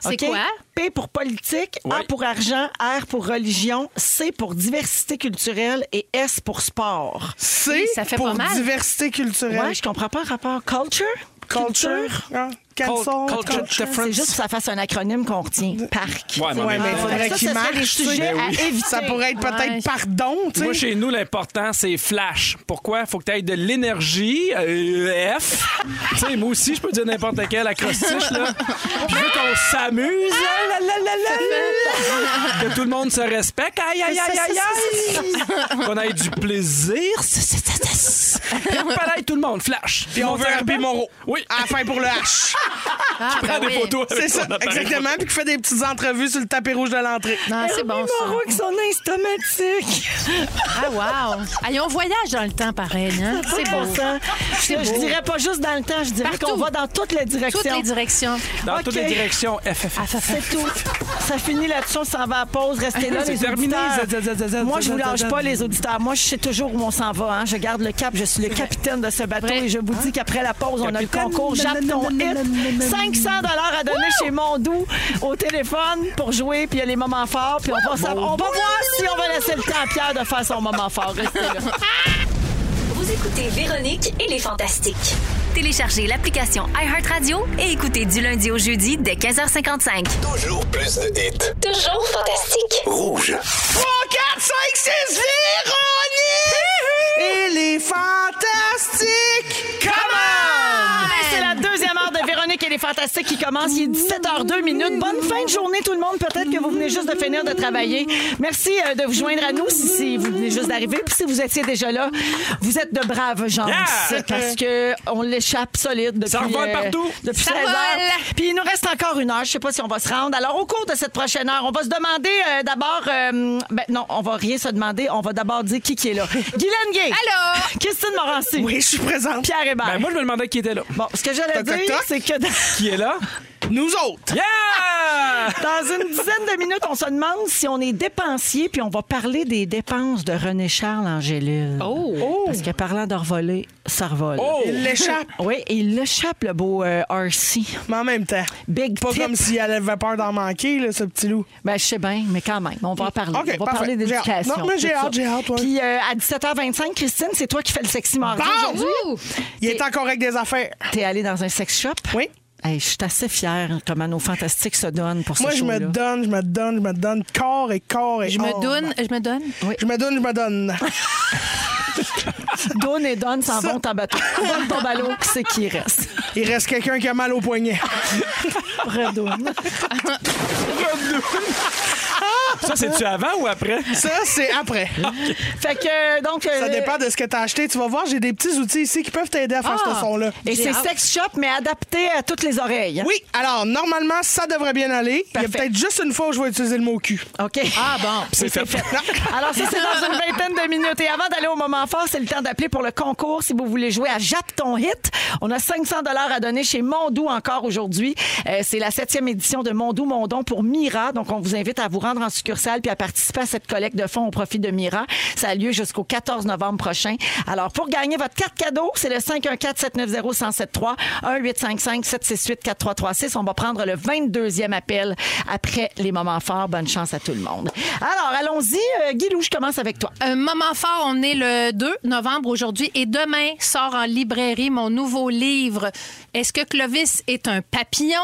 D: C'est
B: OK?
D: quoi?
B: P pour politique, A
C: Oui.
B: pour argent, R pour religion, C pour diversité culturelle et S pour sport.
E: C'est
D: ça fait
E: pour
D: pas mal.
E: diversité culturelle.
B: Ouais, je comprends pas le rapport culture.
E: Culture. Hein?
C: Cult-
E: Cancel.
C: culture
B: C'est
C: difference.
B: juste que ça fasse un acronyme qu'on retient. Parc.
C: Ouais, mais en
E: Ouais,
C: même
E: mais
C: temps,
E: il faudrait
B: Ah, Ça,
E: qu'il
B: ça serait
E: marche.
B: des sujets
C: Ben
B: à
C: oui.
B: éviter.
E: Ça pourrait être peut-être
D: Ouais.
E: pardon, tu
C: Moi,
E: sais.
C: chez nous, l'important, c'est flash. Pourquoi? Faut que tu ailles de l'énergie, euh, F. tu sais, moi aussi, je peux dire n'importe quel acrostiche, là. Puis je veux qu'on s'amuse, là, là, là, là, là, là. Que tout le monde se respecte. Aïe, aïe, aïe, aïe, aïe. qu'on ait du plaisir. Puis on parle avec tout le monde, flash.
E: Puis on veut Herbie Moreau.
C: Oui.
E: À la fin pour le H.
D: Ah,
C: Prends
D: ben
C: des
D: oui.
C: photos avec
E: C'est ça,
C: ton appareil
E: exactement. Puis qui fait des petites entrevues sur le tapis rouge de l'entrée.
D: Non, c'est bon, ça.
B: Moreau avec son instomatique.
D: Ah, wow. Allez, on voyage dans le temps pareil, hein? C'est beau.
B: Ça, Je, je dirais pas juste dans le temps, je dirais
D: Partout.
B: qu'on va dans toutes les directions.
D: Toutes les directions.
C: Dans toutes les
B: Ok.
C: directions, FF.
B: C'est Ah, tout. Ça finit là-dessus, on s'en va à pause. Restez là,
C: C'est
B: les
C: terminé.
B: auditeurs.
C: Z- z- z- z-
B: Moi, je vous
C: z- z-
B: lâche
C: z-
B: pas, les auditeurs. Moi, je sais toujours où on s'en va. hein. Je garde le cap. Je suis le capitaine de ce bateau
D: Vrai.
B: et je vous dis qu'après la pause, on a le
C: Hein? Capitaine.
B: concours Jappe ton hit. 500 à donner chez Mondou au téléphone pour jouer. Puis il y a les moments forts. Puis on va, savoir- on va voir si on va laisser le temps à Pierre de faire son moment fort. Restez là.
F: Vous écoutez Véronique et les Fantastiques.
A: Téléchargez l'application iHeartRadio et écoutez du lundi au jeudi dès 15h55.
J: Toujours plus de hits.
F: Toujours fantastique.
J: Rouge.
E: 3, 4, 5, 6, Véronique! Et les fantastiques! Come
B: Ah, C'est la deuxième heure de Véronique et les Fantastiques qui commence. Il est 17h02 minutes. Bonne fin de journée tout le monde. Peut-être que vous venez juste de finir de travailler. Merci euh, de vous joindre à nous si, si vous venez juste d'arriver. Puis si vous étiez déjà là, vous êtes de braves gens.
C: Yeah!
B: Parce que on l'échappe solide depuis, euh,
C: Ça revole partout.
B: depuis
D: Ça
B: 16 heures.
D: vole.
B: Puis il nous reste encore une heure. Je sais pas si on va se rendre. Alors au cours de cette prochaine heure, on va se demander euh, d'abord... euh, ben non, on va rien se demander. On va d'abord dire qui qui est là. Guylaine Gay.
D: Allô?
B: Christine Morancy.
E: Oui, je suis présente.
B: Pierre Hébert.
C: Ben, moi, je me demandais qui était là.
B: Bon, ce que j'allais
E: Toc, toc,
B: dire,
E: toc.
B: c'est que
C: qui est là.
E: Nous autres!
C: Yeah!
B: Dans une dizaine de minutes, on se demande si on est dépensier, puis on va parler des dépenses de René Charles Angélil.
D: Oh!
B: Parce que parlant d'envoler, ça revole.
C: Oh!
E: Il l'échappe,
B: Oui, et il échappe le beau euh, RC.
E: mais en même temps.
B: Big
E: Pas
B: tip.
E: comme si elle avait peur d'en manquer, là, ce petit loup.
B: Ben, je sais bien, mais quand même, on va en parler.
E: Ok,
B: on va
E: parfait.
B: parler
E: J'ai hâte.
B: d'éducation.
E: Non, mais j'ai
B: tout
E: hâte,
B: ça.
E: j'ai hâte, ouais.
B: Puis euh, à 17h25, Christine, c'est toi qui fais le sexy mardi
E: Bon!
B: aujourd'hui.
E: Il est encore avec des affaires.
B: T'es allée dans un sex shop.
E: Oui.
B: Hey, je suis assez fière hein, comment nos fantastiques se donnent pour
E: Moi,
B: ce
E: je me
B: show-là.
E: donne, je me donne, je me donne corps et corps et
D: Je me
C: Oh.
E: âme.
D: donne, euh, je me donne.
E: Je me donne, je me donne.
B: Donne et donne s'en vont en bateau. Donne ton ballot, qui c'est qui reste?
E: Il reste quelqu'un qui a mal au poignet.
B: Redonne.
C: Ça, c'est-tu avant ou après?
E: Ça, c'est après.
B: Fait que, euh, donc...
E: Ça
B: euh,
E: dépend de ce que t'as acheté. Tu vas voir, j'ai des petits outils ici qui peuvent t'aider à faire
D: Ah.
E: ce son-là.
B: Et c'est sex shop, mais adapté à toutes les oreilles. hein?
E: Oui, alors, normalement, ça devrait bien aller. Il y
B: Parfait.
E: a peut-être juste une fois où je vais utiliser le mot cul.
B: OK. Ah bon.
C: C'est fait.
B: Alors, ça, c'est dans une vingtaine de minutes. Et avant d'aller au moment fort, c'est le temps d'appeler pour le concours si vous voulez jouer à Jappe ton hit. On a 500 dollars à donner chez Mondou encore aujourd'hui. Euh, c'est la septième édition de Mondou Mondon pour Mira. Donc, on vous invite à vous rendre en succursale puis à participer à cette collecte de fonds au profit de Mira. Ça a lieu jusqu'au 14 novembre prochain. Alors, pour gagner votre carte cadeau, c'est le 514-790-1073, 1-855-768-4336. On va prendre le 22e appel après les moments forts. Bonne chance à tout le monde. Alors, allons-y. Euh, Guilou, je commence avec toi.
D: Un moment fort, on est le 2 novembre aujourd'hui et demain sort en librairie mon nouveau livre Est-ce que Clovis est un papillon?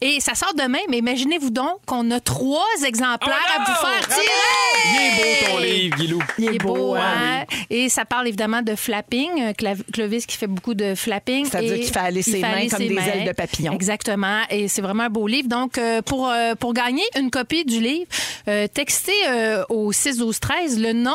D: Et ça sort demain, mais imaginez-vous donc qu'on a trois exemplaires
C: Oh
D: à vous
C: non!
D: faire
C: Bravo!
D: tirer!
C: Il est beau ton livre, Guilou.
D: Il est beau, hein? Et ça parle évidemment de flapping. euh, Clav- Clovis qui fait beaucoup de flapping.
B: C'est-à-dire
D: Et
B: qu'il fait aller ses
D: il fait
B: mains
D: aller
B: comme
D: ses
B: des
D: mains.
B: ailes de papillon.
D: Exactement. Et c'est vraiment un beau livre. Donc, euh, pour, euh, pour gagner une copie du livre, euh, textez euh, au 6 12 13 le nom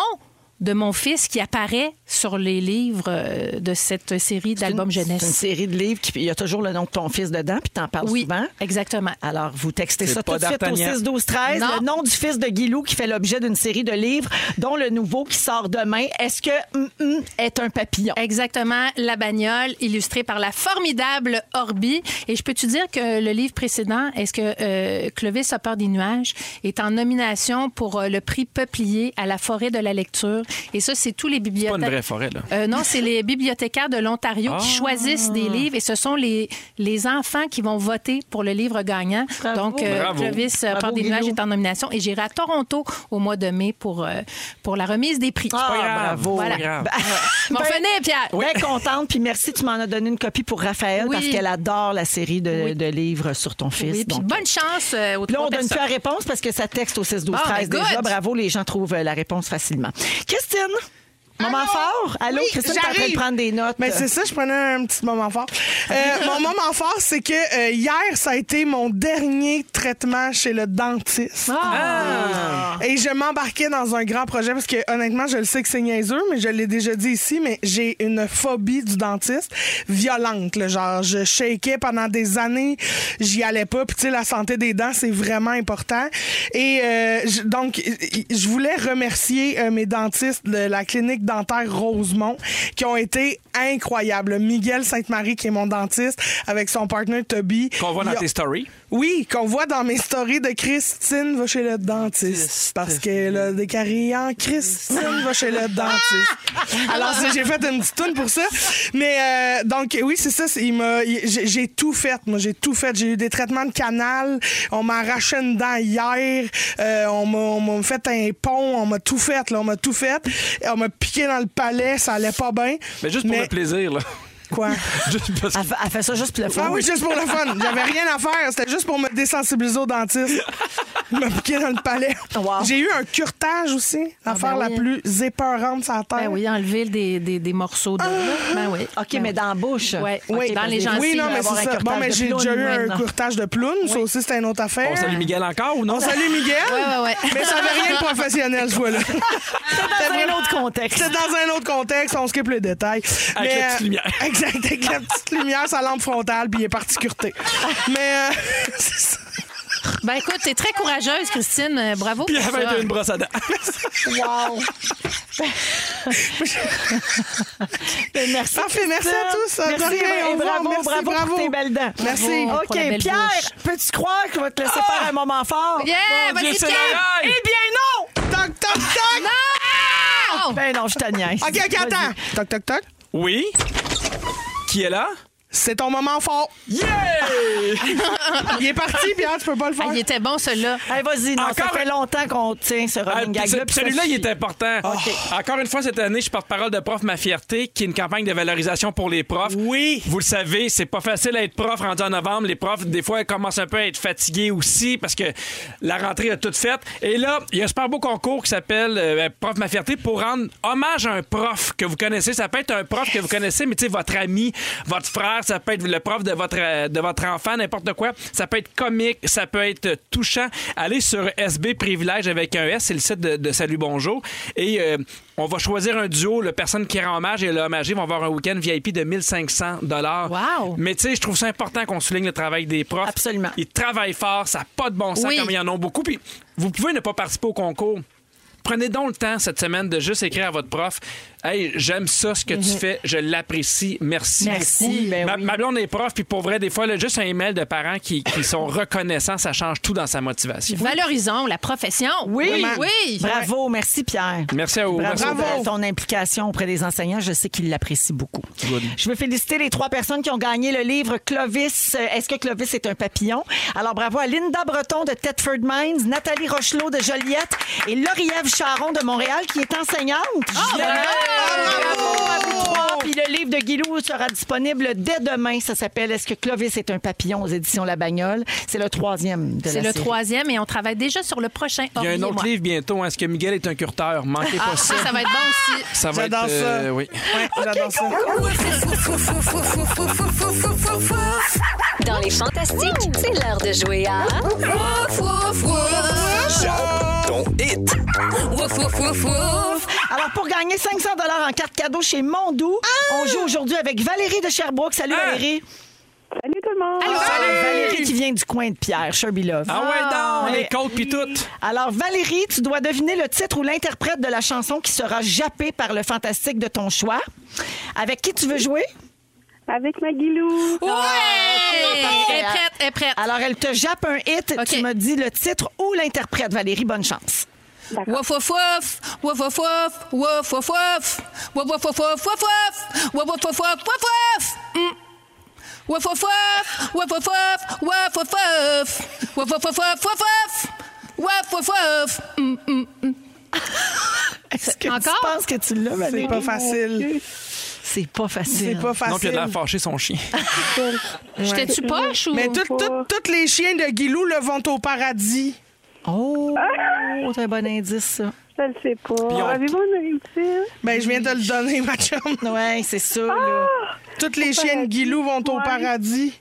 D: de mon fils qui apparaît sur les livres euh, de cette série d'albums
B: C'est une
D: jeunesse.
B: série de livres qui il y a toujours le nom de ton fils dedans, puis t'en parles
D: Oui,
B: souvent.
D: exactement.
B: Alors, vous textez
C: C'est
B: ça tout
C: pas
B: de suite au
C: d'Artagnan.
B: 6 12 13
D: Non.
B: Le nom du fils de Guilou qui fait l'objet d'une série de livres, dont le nouveau qui sort demain. Est-ce que hum, hum est un papillon?
D: Exactement, La bagnole, illustrée par la formidable Orbi. Et je peux te dire que le livre précédent, Est-ce que euh, Clovis a peur des nuages, est en nomination pour euh, le prix Peuplier à la forêt de la lecture. Et ça, c'est tous les
C: C'est pas une
D: bibliothèques.
C: vraie forêt, là.
D: Euh, non, c'est les bibliothécaires de l'Ontario qui
C: Ah.
D: choisissent des livres et ce sont les, les enfants qui vont voter pour le livre gagnant.
B: Bravo.
D: Donc,
C: Bravo.
D: Clovis, euh,
B: Bravo,
D: Peur des
B: Guilou.
D: nuages est en nomination et j'irai à Toronto au mois de mai pour, euh, pour la remise des prix.
B: Ah,
C: grave,
B: bravo.
C: c'est pas grave.
B: Ben,
D: M'en
B: ben-
D: venez, Pierre!
B: Bien contente, puis merci, tu m'en as donné une copie pour Raphaël
D: Oui.
B: parce qu'elle adore la série de, de livres sur ton fils.
D: Oui, puis
B: Donc,
D: bonne chance euh, aux
B: Puis Là,
D: trois
B: on donne plus
D: personnes.
B: la réponse parce que ça texte au 6 12
D: Bon,
B: 13
D: ben,
B: déjà.
D: good.
B: Bravo, les gens trouvent euh, la réponse facilement. Christine, moment fort. Allô,
E: Oui,
B: Christine, t'es en train de
E: j'arrive.
B: prendre des notes.
E: Mais c'est ça, je prenais un petit moment fort. Euh, mon moment fort, c'est que euh, hier, ça a été mon dernier traitement chez le dentiste.
B: Ah!
E: Et je m'embarquais dans un grand projet parce que honnêtement, je le sais que c'est niaiseux, mais je l'ai déjà dit ici, mais j'ai une phobie du dentiste violente. là. genre, je shakeais pendant des années, j'y allais pas. Puis tu sais, la santé des dents, c'est vraiment important. Et euh, je- donc, je voulais remercier euh, mes dentistes de la clinique dentaire Rosemont qui ont été incroyables. Miguel Sainte-Marie, qui est mon dentiste, avec son partner Toby.
C: Qu'on voit dans
E: Ils ont-
C: tes stories.
E: oui, qu'on voit dans mes stories de Christine va chez le dentiste. Parce qu'elle a des caries en Christine va chez le dentiste. Alors, c'est- j'ai fait une petite toune pour ça. Mais euh, donc, oui, c'est ça. c'est- il m'a- il- J'ai j'ai tout fait. Moi, j'ai tout fait. J'ai eu des traitements de canal. On m'a arraché une dent hier. Euh, on m'a- on m'a fait un pont. On m'a tout fait. Là, on m'a tout fait. On m'a piqué dans le palais. Ça allait pas bien.
C: Mais juste pour le plaisir, là.
E: Quoi?
C: Juste parce que.
B: Elle, fa- elle fait ça juste pour le fun.
E: Ah oui, juste pour le fun. J'avais rien à faire. C'était juste pour me désensibiliser au dentiste. Il m'a piqué dans le palais.
B: Wow. Ah,
E: J'ai eu un curtage aussi, l'affaire
D: ben oui.
E: la plus épeurante sur la terre.
D: Ben oui, enlever des, des, des morceaux de. Ben oui.
B: OK,
D: Ben
B: mais dans la bouche.
D: Ouais.
B: OK,
D: Oui, dans
B: parce
D: les
B: que-
D: gencives,
E: Oui, non,
B: il va
E: mais
B: euh, avoir un
E: c'est ça.
B: curtage
E: Bon, mais
B: de
E: j'ai
B: ploune
E: déjà eu un
B: maintenant.
E: curtage de ploune. Ça aussi, c'était une autre affaire.
C: On salue Miguel encore ou non?
E: On salue Miguel.
D: ouais.
E: Mais ça n'avait rien de professionnel, ce fois-là.
B: Dans un autre contexte.
E: C'était dans un autre contexte, on skip les détails.
C: Avec
E: Mais,
C: la petite
E: euh,
C: lumière.
E: Exact, avec la petite lumière, sa lampe frontale, puis il est parti curter. Mais euh, c'est ça.
D: Ben écoute, t'es très courageuse, Christine. Euh, Bravo.
C: Puis
D: pour
C: avec
D: ça.
C: une brosse à dents.
B: Ben, merci.
E: Parfait, Ah, merci à tous.
B: Merci,
E: De rien,
B: et
E: au revoir.
B: bravo,
E: Merci,
B: bravo,
E: bravo.
B: pour tes belles dents.
E: Merci.
D: Bravo.
B: OK,
D: Pour la belle
B: Pierre, peux-tu croire qu'on va te laisser faire un moment fort?
D: Yeah, bonne
C: Dieu, c'est
D: équipe!
C: l'oreille!
B: Eh bien, non!
E: Toc, toc, toc!
D: Ah!
B: Ben non, je te niaise.
E: OK, OK, attends. Toc, toc, toc.
C: Oui? Qui est là?
E: C'est ton moment fort.
C: Yeah!
E: Il est parti, Pierre, tu peux pas le faire.
D: Ah, il était bon, celui-là.
B: Vas-y. Hey, vas-y, non, ça
C: Encore
B: fait
C: un-
B: longtemps qu'on tient ce
C: Ah,
B: running gag-là.
C: ce-
B: puis ça
C: Celui-là, il
B: suffit.
C: est important. Ah, Encore une fois, cette année, je suis porte-parole de Prof Ma Fierté, qui est une campagne de valorisation pour les profs.
E: Oui.
C: Vous le savez, c'est pas facile à être prof rendu en novembre. Les profs, des fois, ils commencent un peu à être fatigués aussi parce que la rentrée a toute faite. Et là, il y a un super beau concours qui s'appelle euh, Prof Ma Fierté pour rendre hommage à un prof que vous connaissez. Ça peut être un prof que vous connaissez, mais tu sais, votre ami, votre frère, ça peut être le prof de votre, euh, de votre enfant, n'importe quoi. Ça peut être comique, ça peut être touchant. Allez sur SB Privilège avec un S, c'est le site de, de Salut Bonjour. Et euh, on va choisir un duo, la personne qui rend hommage et le hommagé vont avoir un week-end VIP de 1500
D: Wow!
C: mais tu sais, je trouve ça important qu'on souligne le travail des profs.
B: Absolument.
C: Ils travaillent fort, ça n'a pas de bon sens
D: Oui.
C: comme ils en ont beaucoup. Puis vous pouvez ne pas participer au concours. Prenez donc le temps cette semaine de juste écrire à votre prof Hey, j'aime ça ce que tu fais, je l'apprécie, merci,
B: Merci,
C: beaucoup.
B: ben
C: ma,
B: oui.
C: ma blonde est prof, puis pour vrai, des fois, là, juste un email de parents qui, qui sont reconnaissants, ça change tout dans sa motivation.
D: Valorisons la profession.
B: Oui.
D: oui.
B: Bravo, merci Pierre.
C: Merci à vous. Merci à
B: Bravo,
C: vous.
B: pour ton implication auprès des enseignants. Je sais qu'ils l'apprécient beaucoup. Je veux féliciter les trois personnes qui ont gagné le livre Clovis. euh, Est-ce que Clovis est un papillon? Alors, bravo à Linda Breton de Thetford Mines, Nathalie Rochelot de Joliette et Lauriève Charon de Montréal, qui est enseignante. justement. Ah, bravo! à vous trois. Puis le livre de Guilou sera disponible dès demain. Ça s'appelle Est-ce que Clovis est un papillon aux éditions La Bagnole? C'est le troisième de la
D: C'est le
B: série.
D: troisième et on travaille déjà sur le prochain.
C: Il y a un autre livre bientôt hein, Est-ce que Miguel est un curteur Manquez pas
D: Ah,
C: ça.
D: ça, ça va être bon aussi.
C: Ça va être.
E: J'adore ça.
C: euh, oui.
E: Ouais, j'adore ça.
F: Dans les fantastiques, c'est l'heure de jouer à. Wouf, wouf, wouf. Wouf, wouf, wouf, wouf.
B: Alors, pour gagner 500 en carte cadeau chez Mondou, on joue aujourd'hui avec Valérie de Sherbrooke. Salut,
C: Ah!
B: Valérie.
K: Salut tout le monde.
B: Alors, Valérie qui vient du coin de Pierre, Sherby Love.
C: Ah ouais, non,
B: Ouais.
C: les côtes puis tout.
B: Alors, Valérie, tu dois deviner le titre ou l'interprète de la chanson qui sera jappée par le fantastique de ton choix. Avec qui tu veux jouer?
K: Avec Maguilou.
D: Ouais!
F: Ah,
D: Elle est prête, elle est prête.
B: Alors, elle te jappe un hit.
D: OK.
B: Tu me dis le titre ou l'interprète. Valérie, bonne chance.
D: Wouf wouf wouf, wouf wouf wouf, wouf wouf wouf, wouf wouf wouf wouf wouf wouf, wouf wouf wouf wouf wouf wouf.
F: Mm.
D: Hmm. Wouf wouf wouf, wouf
F: Ah.
D: wouf wouf, wouf wouf wouf, wouf wouf wouf wouf wouf wouf, wouf wouf wouf. Hmm, hmm, hmm.
B: Est-ce que
D: Encore?
B: tu penses que tu l'as, Valérie?
E: C'est pas facile.
B: C'est pas facile.
E: C'est pas
C: Donc, il a de l'air
E: facile.
C: fâché son chien.
D: J'étais-tu poche ou...
E: Mais tout- tout- tous les chiens de Guilou le vont au paradis.
B: Oh, c'est un bon indice, ça.
K: Je le sais pas.
L: Oh,
C: on-
K: Avez-vous une idée?
E: Ben, je viens de le donner, ma chum.
B: Oui, c'est ça.
K: Ah!
B: là.
E: Toutes les chiennes
K: paradis,
E: Guilou vont au
K: ouais.
E: paradis.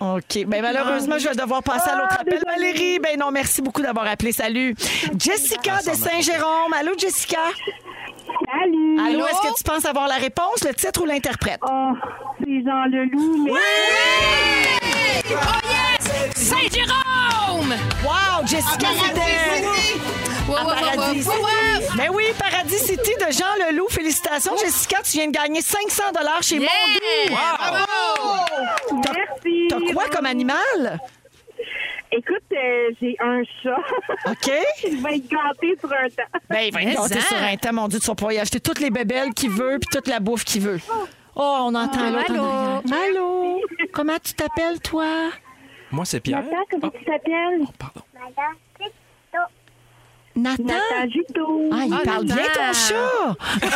B: OK. Ben, malheureusement, je vais devoir passer à l'autre
K: Ah,
B: appel.
K: désolée.
B: Valérie, ben non, merci beaucoup d'avoir appelé. Salut. Jessica de Saint-Jérôme. Allô, Jessica?
K: Salut.
B: Allô, est-ce que tu penses avoir la réponse, le titre ou l'interprète?
K: Oh, c'est Jean Leloup, mais
D: Saint-Jérôme!
B: Oh, Wow, Jessica,
K: Ah,
B: c'était...
D: Wouf wouf wouf wouf wouf.
B: Ben oui, Paradis City de Jean Leloup. Félicitations, Jessica. Tu viens de gagner 500 chez
D: Yeah!
B: Mondou.
D: Bravo!
K: merci.
B: T'as quoi comme animal?
K: Écoute, euh, j'ai un chat.
B: OK.
K: Il va être gâté pour un temps.
B: Ben, il va
D: Mais
B: être gâté
D: ça.
B: sur un temps, mon Dieu, tu vas pouvoir y acheter toutes les bébelles qu'il veut puis toute la bouffe qu'il veut. Oh, on entend l'autre. en
D: allô?
B: arrière. Allô? Comment tu t'appelles, toi?
C: Moi, c'est Pierre. Ah. Oh,
K: Nathan, comment tu t'appelles?
C: Pardon.
B: Nathan?
K: Nathan Juto.
B: Ah, il
D: Ah,
B: parle
D: Nathan.
B: bien ton chat!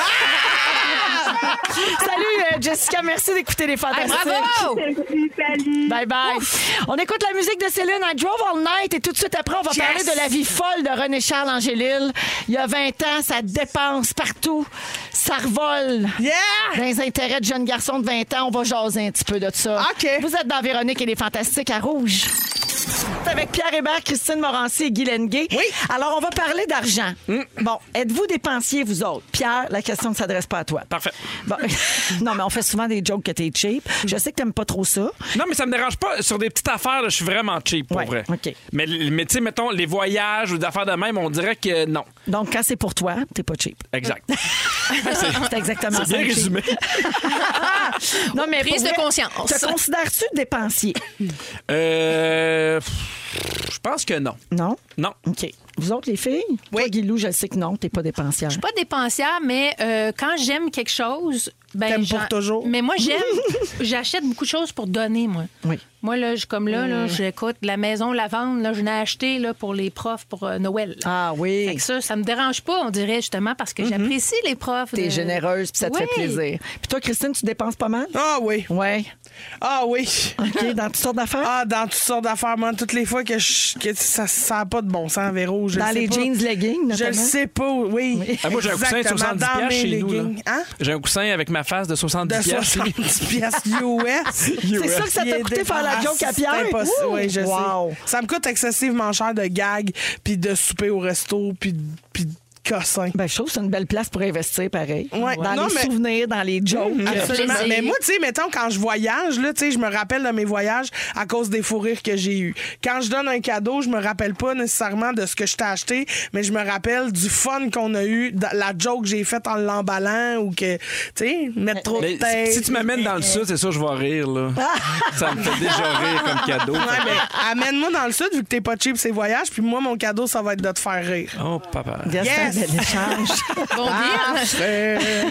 B: Salut, euh, Jessica. Merci d'écouter les
D: Ah,
B: fantastiques.
D: Bravo!
K: Salut, salut.
B: Bye bye. On écoute la musique de Céline I Drove All Night et tout de suite après, on va parler de la vie folle de René Charles Angélil. Il y a 20 ans, ça dépense partout. Ça revole.
E: Yeah!
B: Dans les intérêts de jeunes garçons de 20 ans, on va jaser un petit peu de ça.
E: OK.
B: Vous êtes dans Véronique et les Fantastiques à Rouge. C'est Avec Pierre Hébert, Christine Morancy et Guy Lenguet.
E: Oui.
B: Alors, on va parler d'argent.
C: Mm.
B: Bon, êtes-vous dépensier, vous autres? Pierre, la question ne s'adresse pas à toi.
C: Parfait.
B: Bon, non, mais on fait souvent des jokes que t'es cheap. Je sais que t'aimes pas trop ça.
C: Non, mais ça me dérange pas. Sur des petites affaires, là, je suis vraiment cheap, pour
B: Ouais,
C: vrai.
B: OK.
C: Mais, mais tu sais, mettons, les voyages ou des affaires de même, on dirait que non.
B: Donc, quand c'est pour toi, t'es pas cheap.
C: Exact.
B: c'est exactement ça.
C: Ah. C'est bien
B: le cheap. Ah!
C: résumé.
B: non, mais
D: Prise
B: pour
D: de
B: vrai,
D: conscience.
B: Te considères-tu dépensier?
C: Euh, pff, je pense que non.
B: Non?
C: Non.
B: OK. Vous autres, les filles? Oui. Toi, Guilou, je sais que non, t'es pas dépensière.
D: Je suis pas dépensière, mais euh, quand j'aime quelque chose, ben
E: T'aimes pour
D: j'en-
E: toujours.
D: Mais moi j'aime, j'achète beaucoup de choses pour donner moi.
B: Oui.
D: Moi là, je comme là, là j'écoute la maison lavande là, je l'ai acheté là pour les profs pour euh, Noël.
B: Ah
D: Fait
B: oui.
D: que ça, ça me dérange pas, on dirait justement parce que j'apprécie les profs.
B: T'es
D: de-
B: généreuse, puis ça te
D: Oui.
B: fait plaisir. Puis toi, Christine, tu dépenses pas mal?
E: Ah oui.
B: Oui.
E: Ah oui.
B: OK, dans toutes sortes d'affaires?
E: Ah, dans toutes sortes d'affaires, moi, toutes les fois que, je- que ça n'a pas de bon sens, Véro. Je
B: Dans
E: le sais
B: les
E: pas.
B: jeans, leggings,
E: Je
B: notamment?
E: le sais pas, oui.
C: Ah, moi, j'ai un coussin de
E: Exactement,
C: 70
E: dans
C: piastres
E: mes
C: chez nous. là.
E: leggings. Hein?
C: J'ai un coussin avec ma face de 70
E: De
C: piastres.
E: 70 piastres US.
B: C'est ça que ça
E: Il
B: t'a
E: est
B: coûté faire la
E: dégueulasse.
B: joke à Pierre?
E: C'est impossible.
B: Ouh!
E: Oui, je
B: Wow.
E: sais. Ça me coûte excessivement cher de gags, puis de souper au resto, puis puis de cossins.
B: Ben, je trouve que c'est une belle place pour investir, pareil.
E: Ouais.
B: Dans
E: Non,
B: les
E: mais-
B: souvenirs, dans les jokes.
E: Absolument.
D: plaisir.
E: Mais moi, tu sais, mettons, quand je voyage, là, tu sais, je me rappelle de mes voyages à cause des fous rires que j'ai eus. Quand je donne un cadeau, je me rappelle pas nécessairement de ce que je t'ai acheté, mais je me rappelle du fun qu'on a eu, de la joke que j'ai faite en l'emballant ou que, tu sais, mettre trop de
C: Mais
E: tête.
C: si- si tu m'amènes dans le sud, c'est sûr je vais rire. Là. ça me fait déjà rire comme cadeau.
E: Ouais, mais amène-moi dans le sud, vu que t'es pas cheap ces voyages, puis moi, mon cadeau, ça va être de te faire rire.
C: Oh, papa.
B: Yes, c'est un bel échange.
D: Bon
E: ah.
D: deal.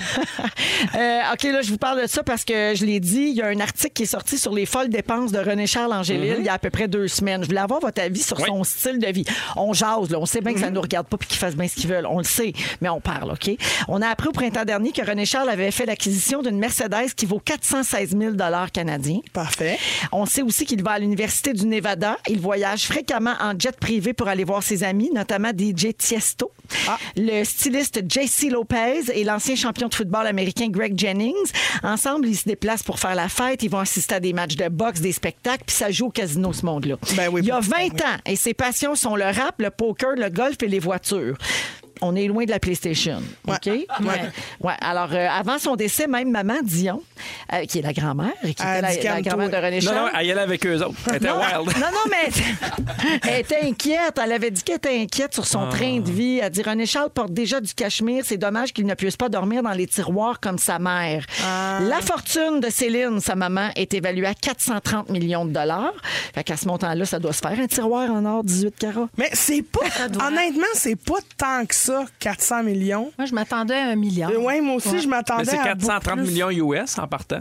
B: Euh, OK, là, je vous parle de ça parce que je l'ai dit, il y a un article qui est sorti sur les folles dépenses de René-Charles Angélil il y a à peu près deux semaines. Je voulais avoir votre avis sur
C: Oui.
B: son style de vie. On jase, là. On sait bien que ça nous regarde pas puis qu'ils fassent bien ce qu'ils veulent. On le sait, mais on parle, OK? On a appris au printemps dernier que René-Charles avait fait l'acquisition d'une Mercedes qui vaut 416 000 canadiens.
E: Parfait.
B: On sait aussi qu'il va à l'Université du Nevada. Il voyage fréquemment en jet privé pour aller voir ses amis, notamment DJ Tiesto,
E: Ah.
B: le styliste JC Lopez et l'ancien champion de football américain Greg Jennings. Ensemble, ils se déplacent pour faire la fête. Ils vont assister à des matchs de boxe, des spectacles, puis ça joue au casino, ce monde-là.
E: Ben oui,
B: Il y a
E: pour-
B: 20 ans, et ses passions sont le rap, le poker, le golf et les voitures. On est loin de la PlayStation, OK? Ouais. Ouais. Alors, euh, avant son décès, même maman Dion, euh, qui est la grand-mère, et qui
E: Elle
B: était la-
E: dit
B: la,
E: calme-toi.
B: grand-mère de René
C: Non,
B: Charles,
C: non, elle y allait avec eux autres. Elle était wild.
B: non, non, mais elle était inquiète. Elle avait dit qu'elle était inquiète sur
C: Ah.
B: son train de vie. Elle dit René Charles porte déjà du cachemire. C'est dommage qu'il ne puisse pas dormir dans les tiroirs comme sa mère. La fortune de Céline, sa maman, est évaluée à 430 millions de dollars. Fait qu'à ce montant-là, ça doit se faire un tiroir en or 18 carats.
E: Mais c'est pas. Honnêtement, c'est pas tant que ça, 400 millions.
D: Moi, je m'attendais à un milliard.
E: Euh, Ouais, moi aussi, je
C: Mais
E: m'attendais
C: c'est
E: à. beaucoup
C: 430
E: plus.
C: millions US en partant.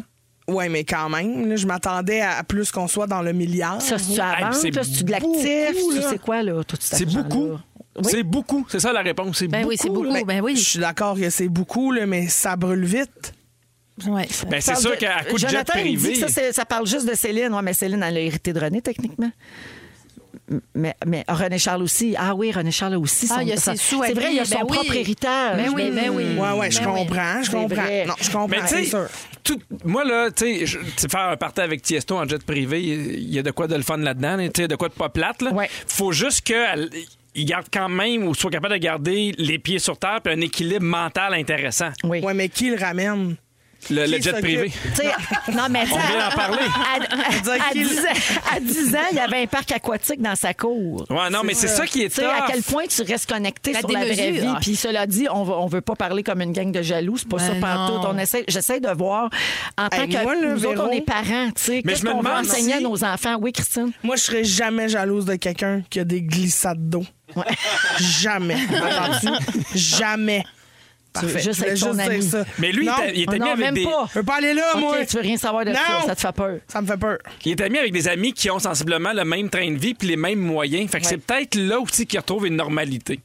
E: Ouais, mais quand même, là, je m'attendais à plus qu'on soit dans le milliard.
B: Ça, c'est-tu à
C: Ah Hey,
B: vendre?
C: c'est
B: Ça, c'est-tu de l'actif?
E: beaucoup,
B: C'est-
E: là.
B: C'est quoi, là, tout cet
C: C'est
B: argent-là?
C: beaucoup.
B: Oui.
C: C'est beaucoup. C'est ça la réponse. C'est
D: Ben
C: beaucoup.
D: oui, c'est beaucoup.
C: là.
D: Ben,
E: Je
D: oui.
E: suis d'accord que c'est beaucoup, là, mais ça brûle vite.
D: Ouais, ça-
C: Ben, c'est
B: Parle
C: sûr
B: de-
C: qu'à coup de jet
B: Jonathan, il dit
C: privé.
B: que ça, c'est- ça parle juste de Céline. Oui, mais Céline, elle a hérité de René, techniquement. M- Mais, mais René Charles aussi. Ah oui, René Charles a aussi.
D: Ah,
B: son-
D: il y a
B: son-
D: ses sous à
B: C'est vrai,
D: lui.
B: il y a
D: Ben
B: son
D: oui.
B: propre héritage. Mm.
D: Ben oui, ben oui.
E: Ouais, ouais, je
D: Ben oui.
E: comprends, je
B: C'est
E: comprends.
B: vrai.
E: Non, je comprends,
C: Mais tu
E: c'est
C: sais,
E: sûr.
C: tout- moi, là, tu sais, je- tu sais, faire un party avec Tiesto en jet privé, il y a de quoi de le fun là-dedans, là, tu sais, de quoi de pas plate, là.
B: Ouais.
C: Faut juste qu'il garde quand même, ou soit capable de garder les pieds sur terre, puis un équilibre mental intéressant.
B: Oui.
E: Ouais, mais qui le ramène?
C: Le, le
E: Qui
C: jet
E: s'occupe?
C: privé.
B: Tu sais, Non, mais
C: On
B: ça-
C: vient d'en parler.
E: dire
B: À, à,
E: qu'il-
B: 10, ans- à 10 ans, il y avait un parc aquatique dans sa cour.
C: Ouais, non, mais c'est ça qui est
B: Tu sais, à
C: tough.
B: quel point tu restes connecté
D: La
B: sur la vraie
D: démesure.
B: vie. Puis cela dit, on va- on veut pas parler comme une gang de jaloux. C'est pas
D: Ben
B: ça pantoute.
D: non.
B: On essaie, j'essaie de voir en tant
E: Hey,
B: que
E: moi, là,
B: nous autres,
E: Véro-
B: on est parents. Tu sais,
C: Mais
B: qu'est-ce
C: je me
B: qu'on veut
C: demande
B: enseigner à
C: si-
B: nos enfants Oui, Christine.
E: Moi, je serais jamais jalouse de quelqu'un qui a des glissades d'eau. Jamais. Entends-tu? jamais. Parfait.
B: juste
E: Je voulais
B: être son
E: dire
B: ami.
E: ça.
C: Mais lui, il
E: Non,
C: était- il était Ah,
B: non,
C: mis avec
B: même
C: des.
B: pas.
E: Je veux pas aller là,
B: OK,
E: moi.
B: tu veux rien savoir de
E: Non.
B: ça, ça te fait peur.
E: Ça me fait peur.
C: Il est ami avec des amis qui ont sensiblement le même train de vie puis les mêmes moyens. Fait que c'est peut-être là aussi qu'il retrouve une normalité.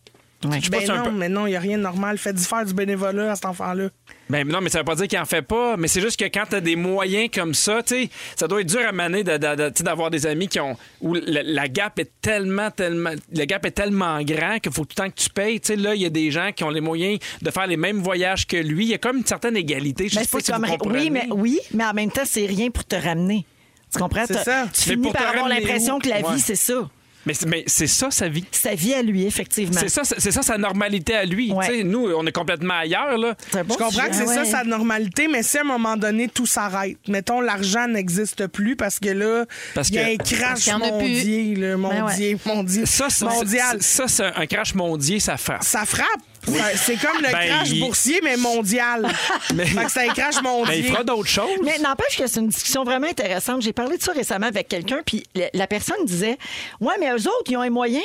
B: Ouais.
C: Je sais pas
E: Ben
C: si c'est un
E: non,
C: peu-
E: mais non, il n'y a rien de normal. Fais-y faire du bénévolat à cet enfant-là.
C: Ben non, mais ça veut pas dire qu'il en fait pas, mais c'est juste que quand t'as des moyens comme ça, tu sais, ça doit être dur à maner de- de- de- tu sais, d'avoir des amis qui ont où la, la gap est tellement tellement le gap est tellement grand qu'il faut tout le temps que tu payes, tu sais là, il y a des gens qui ont les moyens de faire les mêmes voyages que lui, il y a comme une certaine égalité, je
B: Mais
C: sais pas
B: Ben, c'est
C: si vous
B: comme-
C: comprenez.
B: oui, mais, oui, mais en même temps, c'est rien pour te ramener. Tu comprends?
E: C'est
B: T'as-
E: ça.
B: Tu
C: Mais
B: finis
C: pour te
B: par avoir
C: ramener
B: l'impression
C: où?
B: que la
C: Ouais.
B: vie, c'est ça.
C: Mais c'est- mais c'est ça sa vie.
B: Sa vie à lui, effectivement.
C: C'est ça, c'est ça sa normalité à lui.
B: Ouais.
C: Tu sais, Nous, on est complètement ailleurs. Là.
E: Je comprends que c'est ça
D: Ah
E: sa normalité, mais si à un moment donné tout s'arrête, mettons l'argent n'existe plus parce que là,
C: Parce
E: il y a
C: que-
E: un
D: Parce
E: crash
D: qu'il y en a Ben
E: mondial, là, mondial, mondial,
C: Ça, c'est-
E: mondial.
C: c'est- Ça, c'est un crash mondier, ça frappe.
E: Ça frappe. Ça- C'est comme le
C: Ben,
E: crash
C: il-
E: boursier, mais mondial.
C: Mais-
E: Fait que c'est un crash mondial.
C: Mais Ben, il fera d'autres choses.
B: Mais n'empêche que c'est une discussion vraiment intéressante. J'ai parlé de ça récemment avec quelqu'un, puis la- la personne disait Ouais, mais eux autres, ils ont un moyen.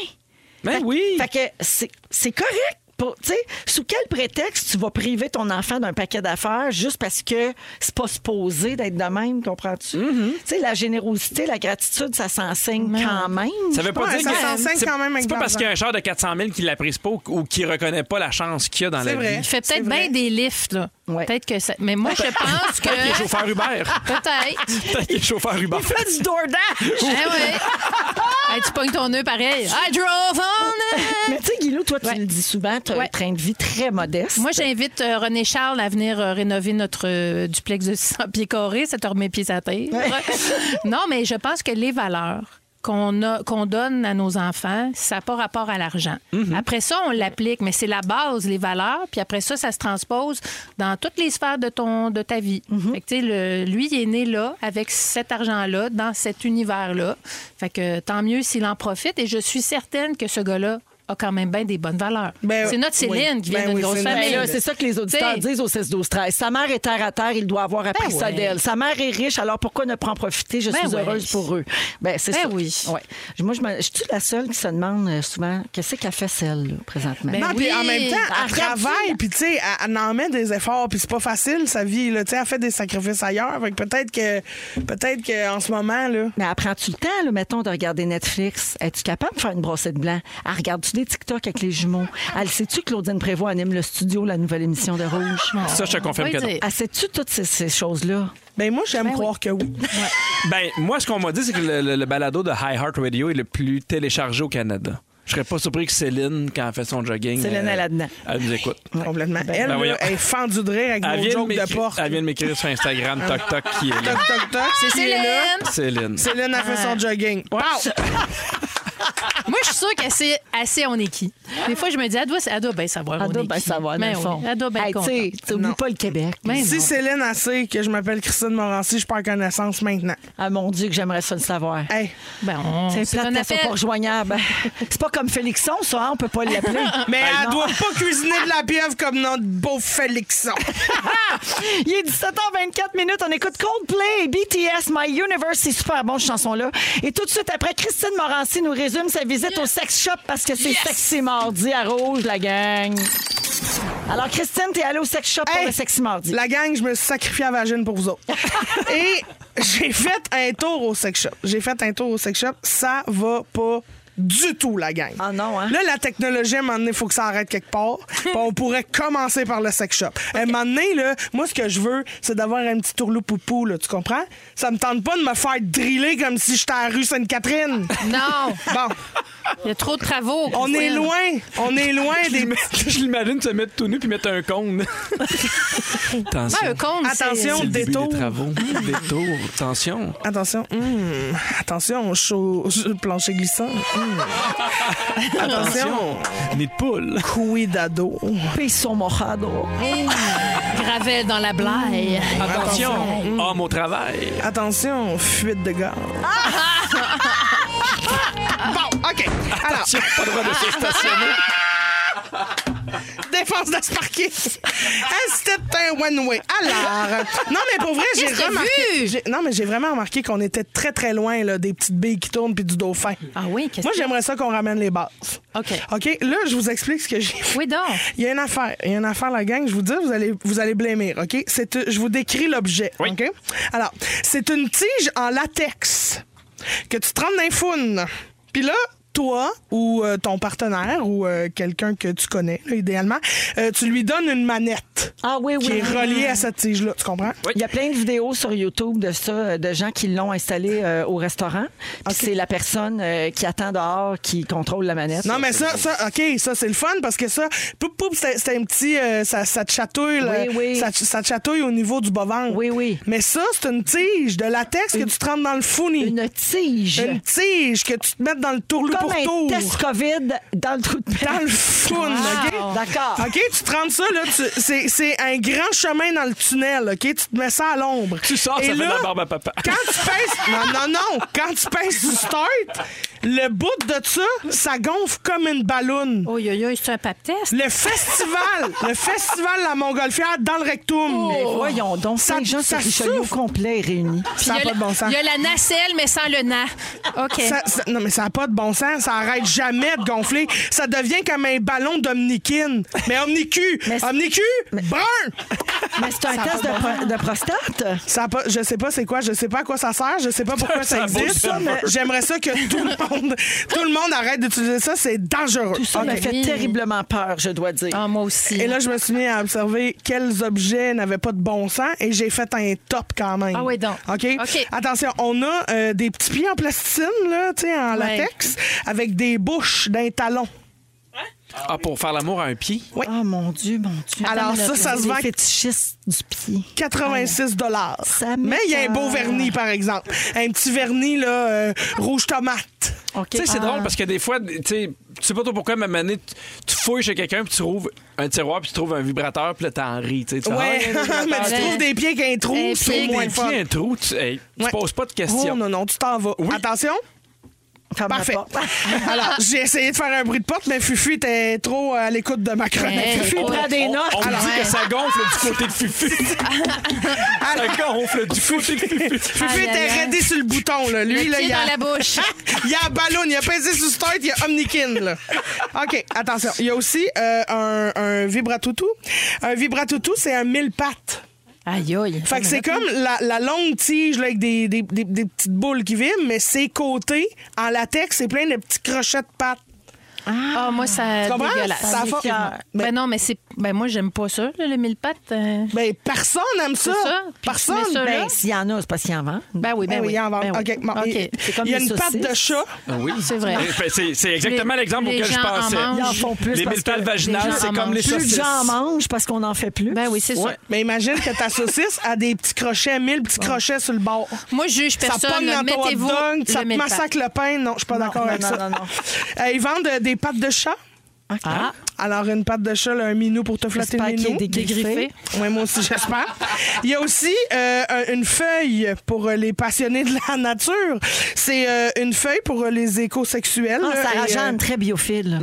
C: Ben oui.
B: Fait que c'est c'est correct. pour- tu sais, sous quel prétexte tu vas priver ton enfant d'un paquet d'affaires juste parce que c'est pas supposé d'être de même, comprends-tu? Tu sais, la générosité, la gratitude, ça s'enseigne quand même.
C: Ça veut pas
E: Ouais,
C: dire
E: ça
C: que.
E: s'enseigne
C: c'est-
E: quand même avec
C: C'est pas
E: de
C: parce
E: l'argent.
C: qu'il y a un char de 400 000 qui l'apprise pas ou, ou qui reconnaît pas la chance qu'il y a dans
E: C'est
C: la
E: vrai.
C: vie.
D: Il fait
E: C'est
D: peut-être
E: vrai.
D: bien des lifts, là.
B: Ouais.
D: Peut-être que ça. Mais moi, je pense que.
C: Il est chauffeur Uber.
D: Peut-être.
C: Peut-être qu'il est chauffeur Uber.
B: Fais du DoorDash!
D: Eh oui. Hey, tu pognes ton nœud pareil. I drove on.
B: Mais tu sais, Guilou, toi, tu le dis souvent, tu as un
D: Ouais.
B: train de vie très modeste.
D: Moi, j'invite euh, René Charles à venir euh, rénover notre euh, duplex de 600 pieds carrés. Ça te remet pieds à terre. non, mais je pense que les valeurs qu'on a- qu'on donne à nos enfants, ça n'a pas rapport à l'argent. Après ça, on l'applique, mais c'est la base, les valeurs. Puis après ça, ça se transpose dans toutes les sphères de, ton, de ta vie. Fait que, tu sais, le- lui, il est né là, avec cet argent-là, dans cet univers-là. Fait que tant mieux s'il en profite. Et je suis certaine que ce gars-là a quand même bien des bonnes valeurs.
E: Ben,
D: c'est notre
E: oui.
D: Céline qui vient
E: Ben
D: d'une
E: oui,
D: grosse
E: c'est notre
B: Ah, Mais
D: famille.
E: Céline.
B: là, c'est ça que les auditeurs
D: T'sais.
B: disent au 16-12-13. Sa mère est terre à terre, il doit avoir appris
D: Ben
B: ça
D: ouais.
B: d'elle. Sa mère est riche, alors pourquoi ne pas en profiter? Je
D: Ben
B: suis
D: ouais.
B: heureuse pour eux. Ben, c'est
D: Ben
B: ça.
D: oui.
B: Ouais. Je- Moi, je, me- je suis la seule qui se demande euh, souvent qu'est-ce qu'elle fait celle, là, présentement?
D: Ben
E: non, puis en
D: oui.
E: même temps, elle
B: Arrête-tu, là.
E: travaille, puis tu sais, elle- elle en met des efforts, puis c'est pas facile sa vie, là, tu sais, elle fait des sacrifices ailleurs, fait que peut-être que, peut-être que en ce moment là,
B: Mais apprends-tu le temps, là, mettons, de regarder Netflix? Es-tu capable de faire une brossette blanc? Elle regarde-tu des TikTok avec les jumeaux? Elle sait-tu que Claudine Prévost anime le studio, la nouvelle émission de
D: Ah,
B: Rouge?
C: Ça, je te confirme
D: Oui,
C: que non.
D: dire.
B: Elle sait-tu toutes ces, ces choses-là?
E: ben moi j'aime croire que oui.
C: Ben, moi, ce qu'on m'a dit, c'est que le, le- le balado de High Heart Radio est le plus téléchargé au Canada. Je serais pas surpris que Céline, quand elle fait son jogging.
B: Céline
C: euh,
B: est là-dedans.
C: Elle nous écoute.
E: Complètement. Elle,
C: ben
E: là,
C: voyons.
E: elle est fendue de rire avec
C: Elle
E: nos
C: vient, de
E: jokes de
C: m'écrire-
E: porte.
C: elle vient de m'écrire sur Instagram, toc toc, qui est là.
E: Toc, toc, toc.
D: C'est
E: qui est
D: Céline!
E: là.
C: Céline.
E: Céline a fait son jogging. Pow!
D: Moi, je suis sûre qu'elle sait assez on est qui. Des fois, je me dis, elle doit, elle doit bien savoir. on
B: Elle doit
D: est
B: bien
D: qui.
B: savoir, dans
D: Mais
B: le
D: Ben oui,
B: fond.
D: Elle doit bien Ben
B: Hey,
D: être contente.
B: t'sais, t'oublies
E: Non.
B: pas le Québec.
D: Mais
E: Si
D: non.
E: Céline a sait que je m'appelle Christine Morancy, je perds connaissance maintenant.
B: Ah mon Dieu, que j'aimerais ça le savoir.
E: Hey.
D: Ben,
B: Ah,
D: on-
B: C'est
D: c'est
B: plate
D: un
B: qu'elles soient
D: appel.
B: pas rejoignable. C'est pas comme Félixon, ça, hein, on peut pas l'appeler.
C: Ben,
E: Mais
B: Ah,
E: elle
B: non.
E: doit pas cuisiner de la pieuvre comme notre beau Félixon.
B: Il est 17h24 minutes, on écoute Coldplay, BTS, My Universe, c'est super bon cette chanson-là. Et tout de suite après, Christine Morancy nous résume sa visite au sex shop parce que c'est sexy mardi à rouge, la gang. Alors Christine, t'es allée au sex shop pour
E: Hey,
B: le sexy mardi.
E: La gang, je me suis sacrifiée à la vagine pour vous autres. Et j'ai fait un tour au sex shop. J'ai fait un tour au sex shop. Ça va pas du tout, la gang.
B: Ah non, hein?
E: Là, la technologie, à un moment donné, il faut que ça arrête quelque part. Puis on pourrait commencer par le sex shop. À un moment donné, là, moi, ce que je veux, c'est d'avoir un petit tourlou poupou, là, tu comprends? Ça me tente pas de me faire driller comme si j'étais à la rue Sainte-Catherine.
D: Non,
E: Bon,
D: il y a trop de travaux.
E: on est
D: Christine.
E: loin, on est loin des...
C: Je l'imagine se mettre tout nu puis mettre un cône. Attention.
D: Ouais, un con, c'est-
E: Attention,
C: C'est le début
E: détour.
C: des travaux. détour. Attention.
E: Attention, Hum. attention, chaud, plancher glissant. Hum. attention,
C: Nid de poule.
E: cuidado.
B: Peso mojado.
D: Gravel dans la blague.
C: Attention. Homme au travail.
E: Attention, fuite de gaz. bon, OK. Alors,
C: Attention, pas le droit de se stationner.
E: défense de ce parking. C'était un one-way. Alors, non, mais pour vrai, j'ai
D: Qu'est-ce que t'as
E: remarqué.
D: vu?
E: j'ai- Non, mais j'ai vraiment remarqué qu'on était très, très loin là, des petites billes qui tournent puis du dauphin.
D: Ah oui, qu'est-ce
E: Moi,
D: que-
E: j'aimerais ça qu'on ramène les bases.
D: OK.
E: OK, là, je vous explique ce que j'ai fait.
D: Oui, donc.
E: Il y a une affaire, il y a une affaire, la gang, je vous dis, vous allez, vous allez blâmer, OK? C'est, euh, je vous décris l'objet, OK? Alors, c'est une tige en latex que tu te rends dans les founes. Puis là, toi ou euh, ton partenaire ou euh, quelqu'un que tu connais, là, idéalement, euh, tu lui donnes une manette
B: Ah oui,
E: qui
B: oui.
E: est reliée à cette tige-là, tu comprends?
B: Il y a plein de vidéos sur YouTube de ça, euh, de gens qui l'ont installé euh, au restaurant. Puis c'est la personne euh, qui attend dehors qui contrôle la manette.
E: Non, mais ça, ça, OK, ça, c'est le fun parce que ça, poup, poup, c'est c'est un petit. euh, ça, ça te chatouille, là.
B: Oui, oui.
E: Ça, te- ça te chatouille au niveau du bas-ventre.
B: Oui, oui.
E: Mais ça, c'est une tige de latex que tu te rentres dans le fourni.
B: Une tige.
E: Une tige que tu te mets dans le tourlou
B: Comme comme un
E: pourtour.
B: test COVID dans le trou de pelle.
E: Dans le foun, OK?
B: D'accord.
E: OK, tu te rends ça, là, tu- c'est, c'est un grand chemin dans le tunnel, OK? Tu te mets ça à l'ombre.
C: Tu sors,
E: Et
C: ça fait
E: là,
C: de la barbe à papa.
E: Quand tu pinces... Non, non, non. Quand tu pinces du start, le bout de ça, ça gonfle comme une balloune.
D: Oh, yo, yo, c'est un pap test.
E: Le festival, le festival La Montgolfière dans le rectum.
D: Oh,
B: Mais voyons donc,
E: Ça-
B: cinq gens
E: ça
B: sur Richelieu
E: souffle.
B: complet réunis.
E: Ça n'a
D: Il y a
E: pas de
D: la-
E: bon sens.
D: Il y a la nacelle, mais sans le na. OK.
E: Ça- ça- non, mais ça n'a pas de bon sens. Ça arrête jamais de gonfler. Ça devient comme un ballon d'omnikine. Mais omnicu!
B: Mais c'est-
E: omnicu! Brun!
B: Mais c'est un
E: Ça a
B: test de,
E: pas de bon
B: pro- de prostate?
E: Ça a pas, je sais pas c'est quoi, je sais pas à quoi ça sert, je sais pas pourquoi
C: Ça
E: ça
C: vaut
E: existe,
C: ça,
E: ça, mais j'aimerais ça que tout le monde, tout le monde arrête d'utiliser ça, c'est dangereux.
B: Tout ça
E: OK.
B: m'a fait
D: Oui.
B: terriblement peur, je dois dire.
D: Ah, moi aussi.
E: Et là, je me suis mis à observer quels objets n'avaient pas de bon sens et j'ai fait un top quand même.
D: Ah oui, donc.
E: OK?
D: OK.
E: Attention, on a euh, des petits pieds en plasticine, là, tu sais, en
D: Ouais.
E: latex, avec des bouches d'un talon.
C: Ah, pour faire l'amour à un pied?
B: Ah, mon Dieu, mon Dieu.
E: Alors
B: Attends,
E: ça,
B: là,
E: ça
B: c'est
E: se
B: des
E: vend-
B: fétichistes du pied.
E: 86 dollars.
B: Ça
E: Mais il y a un
B: m'écoeure.
E: beau vernis, par exemple. Un petit vernis, là, euh, rouge tomate.
B: OK.
C: Tu sais, c'est
B: Ah.
C: drôle parce que des fois, tu sais, tu sais pas trop pourquoi, mais à un moment donné, tu, tu fouilles chez quelqu'un, puis tu trouves un tiroir, puis tu trouves un vibrateur, puis là, t'en ris. tu sais, Tu fais,
E: Ouais,
C: Ah, il y a un
E: mais tu
C: vibrateur.
E: trouves des pieds qu'un trou,
D: Un
E: c'est
D: pied,
E: au moins
C: Des
E: le fun.
C: pieds, un trou, tu, hey, tu
E: Ouais.
C: poses pas de
E: Oh
C: questions.
E: non, non, tu t'en vas. Attention.
B: Ferme la
E: Parfait.
B: porte.
E: Alors, j'ai essayé de faire un bruit de porte, mais Fufu était trop à l'écoute de ma chronique.
D: Hey,
E: Fufu,
D: oh.
E: prends des
C: On,
E: notes.
C: on me
E: Alors, hein.
C: dit que ça gonfle du côté de Fufu. ça gonfle du côté de Fufu.
E: Fufu
D: Aïe, aïe,
E: était
D: aïe.
E: raidé sur le bouton, là. Lui,
D: Le
E: là,
D: pied
E: il
D: dans
E: a...
D: la bouche.
E: il a un ballon, il a pesé sur start, il a omnikin, là. OK, attention. Il y a aussi euh, un, un vibratoutou. Un vibratoutou, c'est un mille pattes.
D: Aïe, aïe.
E: Fait que c'est comme la, la longue tige là, avec des, des- des- des petites boules qui vibrent, mais ses côtés, en latex, c'est plein de petits crochets de pattes.
D: Ah, moi, ça.
E: Tu comprends?
D: dégueulasse.
E: Ça fait-
D: Ben, non, mais c'est. Ben, moi, j'aime pas ça, là, le mille pattes. euh.
E: Ben, personne aime ça.
D: C'est ça. Puis
E: Personne.
D: tu mets ça, là.
B: Ben, s'il y en a, c'est parce qu'il y en vend.
D: Ben oui, ben,
E: Ben oui, il en vend.
D: ben oui.
E: OK, bon, il-
D: C'est
B: comme
E: Il y a
B: les
E: une patte
B: saucisses.
E: de chat.
C: Ah oui.
D: C'est vrai.
C: Ben, c'est- C'est exactement
D: Les-
C: l'exemple
D: les
C: auquel je
D: gens en
C: pensais.
D: mangent.
B: Ils en font plus.
C: Les
B: parce
C: mille
B: que
C: pattes vaginales,
D: les gens
C: c'est
D: en
C: comme les
D: mangent.
B: Plus de
C: saucisses.
B: gens mangent parce qu'on en fait plus.
D: Ben oui, c'est ça.
E: Mais imagine que ta saucisse a des petits crochets, mille petits crochets sur le bord.
D: Moi, je juge
E: Ça
D: personne.
E: pogne dans ton hot
D: Mettez-vous.
E: dog, ça
D: le
E: te
D: mille pattes.
E: massacre le pain. Non, je suis pas d'accord
B: non,
E: avec
B: non,
E: ça.
B: non, non.
E: Euh, ils vendent euh, des pattes de chat.
B: Ah,
E: Alors, une patte de chat, là, un minou pour te flatter
B: j'espère
E: le
B: qu'il est
E: minou.
B: dégriffé.
D: Dégriffé.
E: Ouais, moi aussi, j'espère. Il y a aussi euh, un- une feuille pour euh, les passionnés de la nature. C'est euh, une feuille pour euh, les écosexuels.
B: Ah,
E: là, et,
B: Sarah
E: euh,
B: Jeanne, très biophile.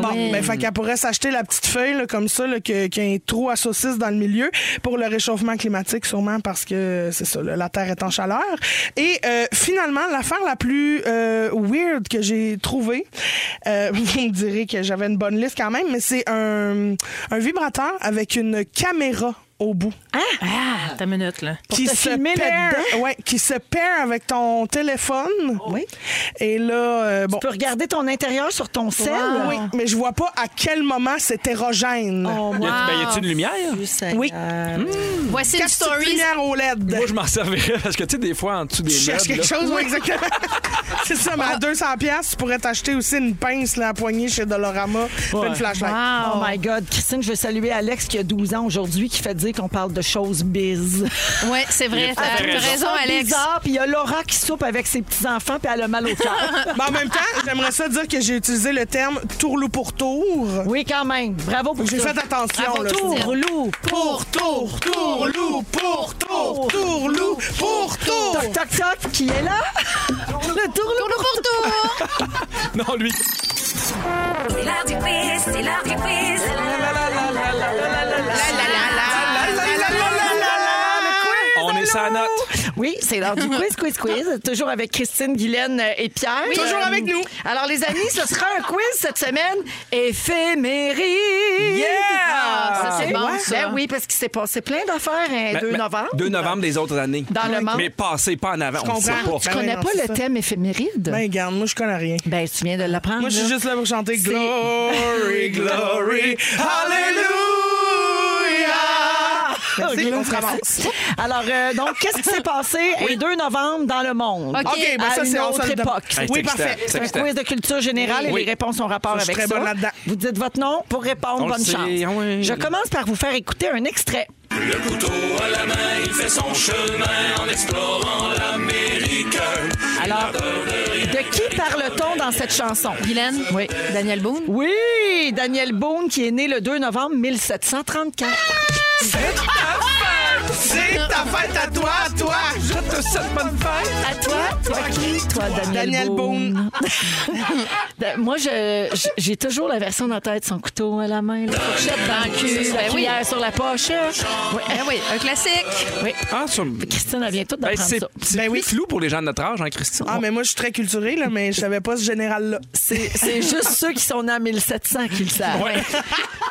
E: Bon, ben, fait qu'elle pourrait s'acheter la petite feuille là, comme ça, là, que- qui a un trou à saucisse dans le milieu pour le réchauffement climatique, sûrement parce que euh, c'est ça, là, la Terre est en chaleur. Et euh, finalement, l'affaire la plus euh, weird que j'ai trouvée, euh, vous me direz que j'avais une bonne liste quand même, mais c'est un, un vibrateur avec une caméra au bout
D: Ah, ta minute, là.
E: qui
B: te
E: se
B: filmer
E: pair,
B: là-dedans?
E: ouais, qui se pair avec ton téléphone.
B: Oui.
E: Et là, euh, bon,
B: Tu peux regarder ton intérieur sur ton sel.
E: oui, mais je vois pas à quel moment c'est hérogène.
B: Oh,
C: Y a- ben, y a-t-il
B: wow.
C: une lumière?
B: Oui.
D: Voici une
E: Quatre petites
D: story.
E: lumières OLED.
C: Moi, je m'en servirais parce que, tu sais, des fois, en dessous des
E: tu cherches
C: meubles,
E: quelque
C: là,
E: chose, oui, exactement. c'est ça, mais à 200 pièces, tu pourrais t'acheter aussi une pince là, à poignée chez Dolorama, fais une flashlight.
B: Oh
D: Wow.
B: my God. Christine, je veux saluer Alex qui a 12 ans aujourd'hui qui fait dire qu'on parle de choses biz.
D: Ouais, c'est vrai.
C: Il a
D: T'as
C: peut-être
D: t'as raison,
B: Sont
D: Alex.
B: bizarres, puis il y a Laura qui soupe avec ses petits-enfants puis elle a mal au cœur.
E: Mais en même temps, j'aimerais ça dire que j'ai utilisé le terme tourlou pour tour.
B: oui, quand même. Bravo pour
E: J'ai
B: ça.
E: fait attention.
D: Bravo,
E: Là.
D: tour.
B: Tourlou.
E: Pour tour, tourlou, pour tour, tourlou, pour tour.
B: Toc, toc, toc, qui est là? Le tourlou.
D: Tourne pour tour.
C: Non, lui.
A: C'est l'heure du quiz, c'est l'heure du quiz.
C: On
E: Ben
C: est sans note.
B: Oui, c'est l'heure du quiz, quiz, quiz. Toujours avec Christine, Guylaine euh, et Pierre.
E: Toujours
B: Euh,
E: avec nous.
B: Alors, les amis, ce sera un quiz cette semaine éphéméride.
E: Yeah!
B: Ah,
D: ça, c'est
B: ok.
D: bon,
B: Ouais.
D: ça.
B: Ben oui, parce qu'il s'est passé plein d'affaires hein,
C: Ben,
B: 2
C: ben,
B: novembre.
C: 2 novembre des autres années.
B: Dans le monde.
C: Mais passé, pas en avant. on ne sait
E: comprends.
C: pas.
B: Je connais
E: Ben,
B: pas
E: non, c'est
B: le
E: ça.
B: thème éphéméride.
E: Ben,
B: Ben,
E: regarde, moi, je connais rien.
B: tu viens de l'apprendre.
E: Moi, je suis
B: Ben, là.
E: juste là pour chanter Glory, Glory,
B: Ah!
E: Hallelujah. Merci, on se ramasse.
B: Alors, euh, donc, qu'est-ce qui s'est passé le 2 novembre dans le monde?
D: OK.
E: OK, ben
B: À
E: ça,
B: une
E: c'est on
B: autre
E: se le demande.
B: époque.
C: Hey,
E: Oui,
C: c'est
E: parfait.
C: excitant, Ah, c'est
B: C'est un
C: excitant.
B: quiz de culture générale
C: Oui.
B: et les réponses ont rapport
E: Ça, je suis
B: avec
E: très
B: ça.
E: bonne là-dedans.
B: vous dites votre nom pour répondre.
C: On le
B: bonne
C: sait,
B: chance.
C: oui.
B: Je commence par vous faire écouter un extrait.
E: Ben,
J: Son chemin en explorant l'Amérique.
B: Alors, de qui parle-t-on dans cette chanson?
D: Guylaine?
B: Oui.
D: Daniel Boone?
B: Oui, Daniel Boone qui est né le 2 novembre 1734.
J: C'est ta fête! C'est ta fête à toi, à toi! Je te souhaite bonne fête!
B: À toi, toi qui? Toi, Daniel,
E: Daniel Boone.
B: Da- Moi, je- je- j'ai toujours la version dans la tête, son couteau à la main, la fourchette dans le cul, la
D: Ben oui.
B: cuillère sur la poche. Oui,
D: Ah oui, un classique.
C: Ah, sur-
B: Christine, elle vient tout
C: Ben,
B: d'apprendre
C: c'est
B: ça.
C: c'est
E: Ben
C: plus
E: oui.
C: flou pour les gens de notre âge, hein, Christine?
E: Ah, mais moi, je suis très culturée, là, mais je savais pas ce général-là.
B: C'est c'est juste ceux qui sont nés en 1700 qui le savent.
C: Ouais.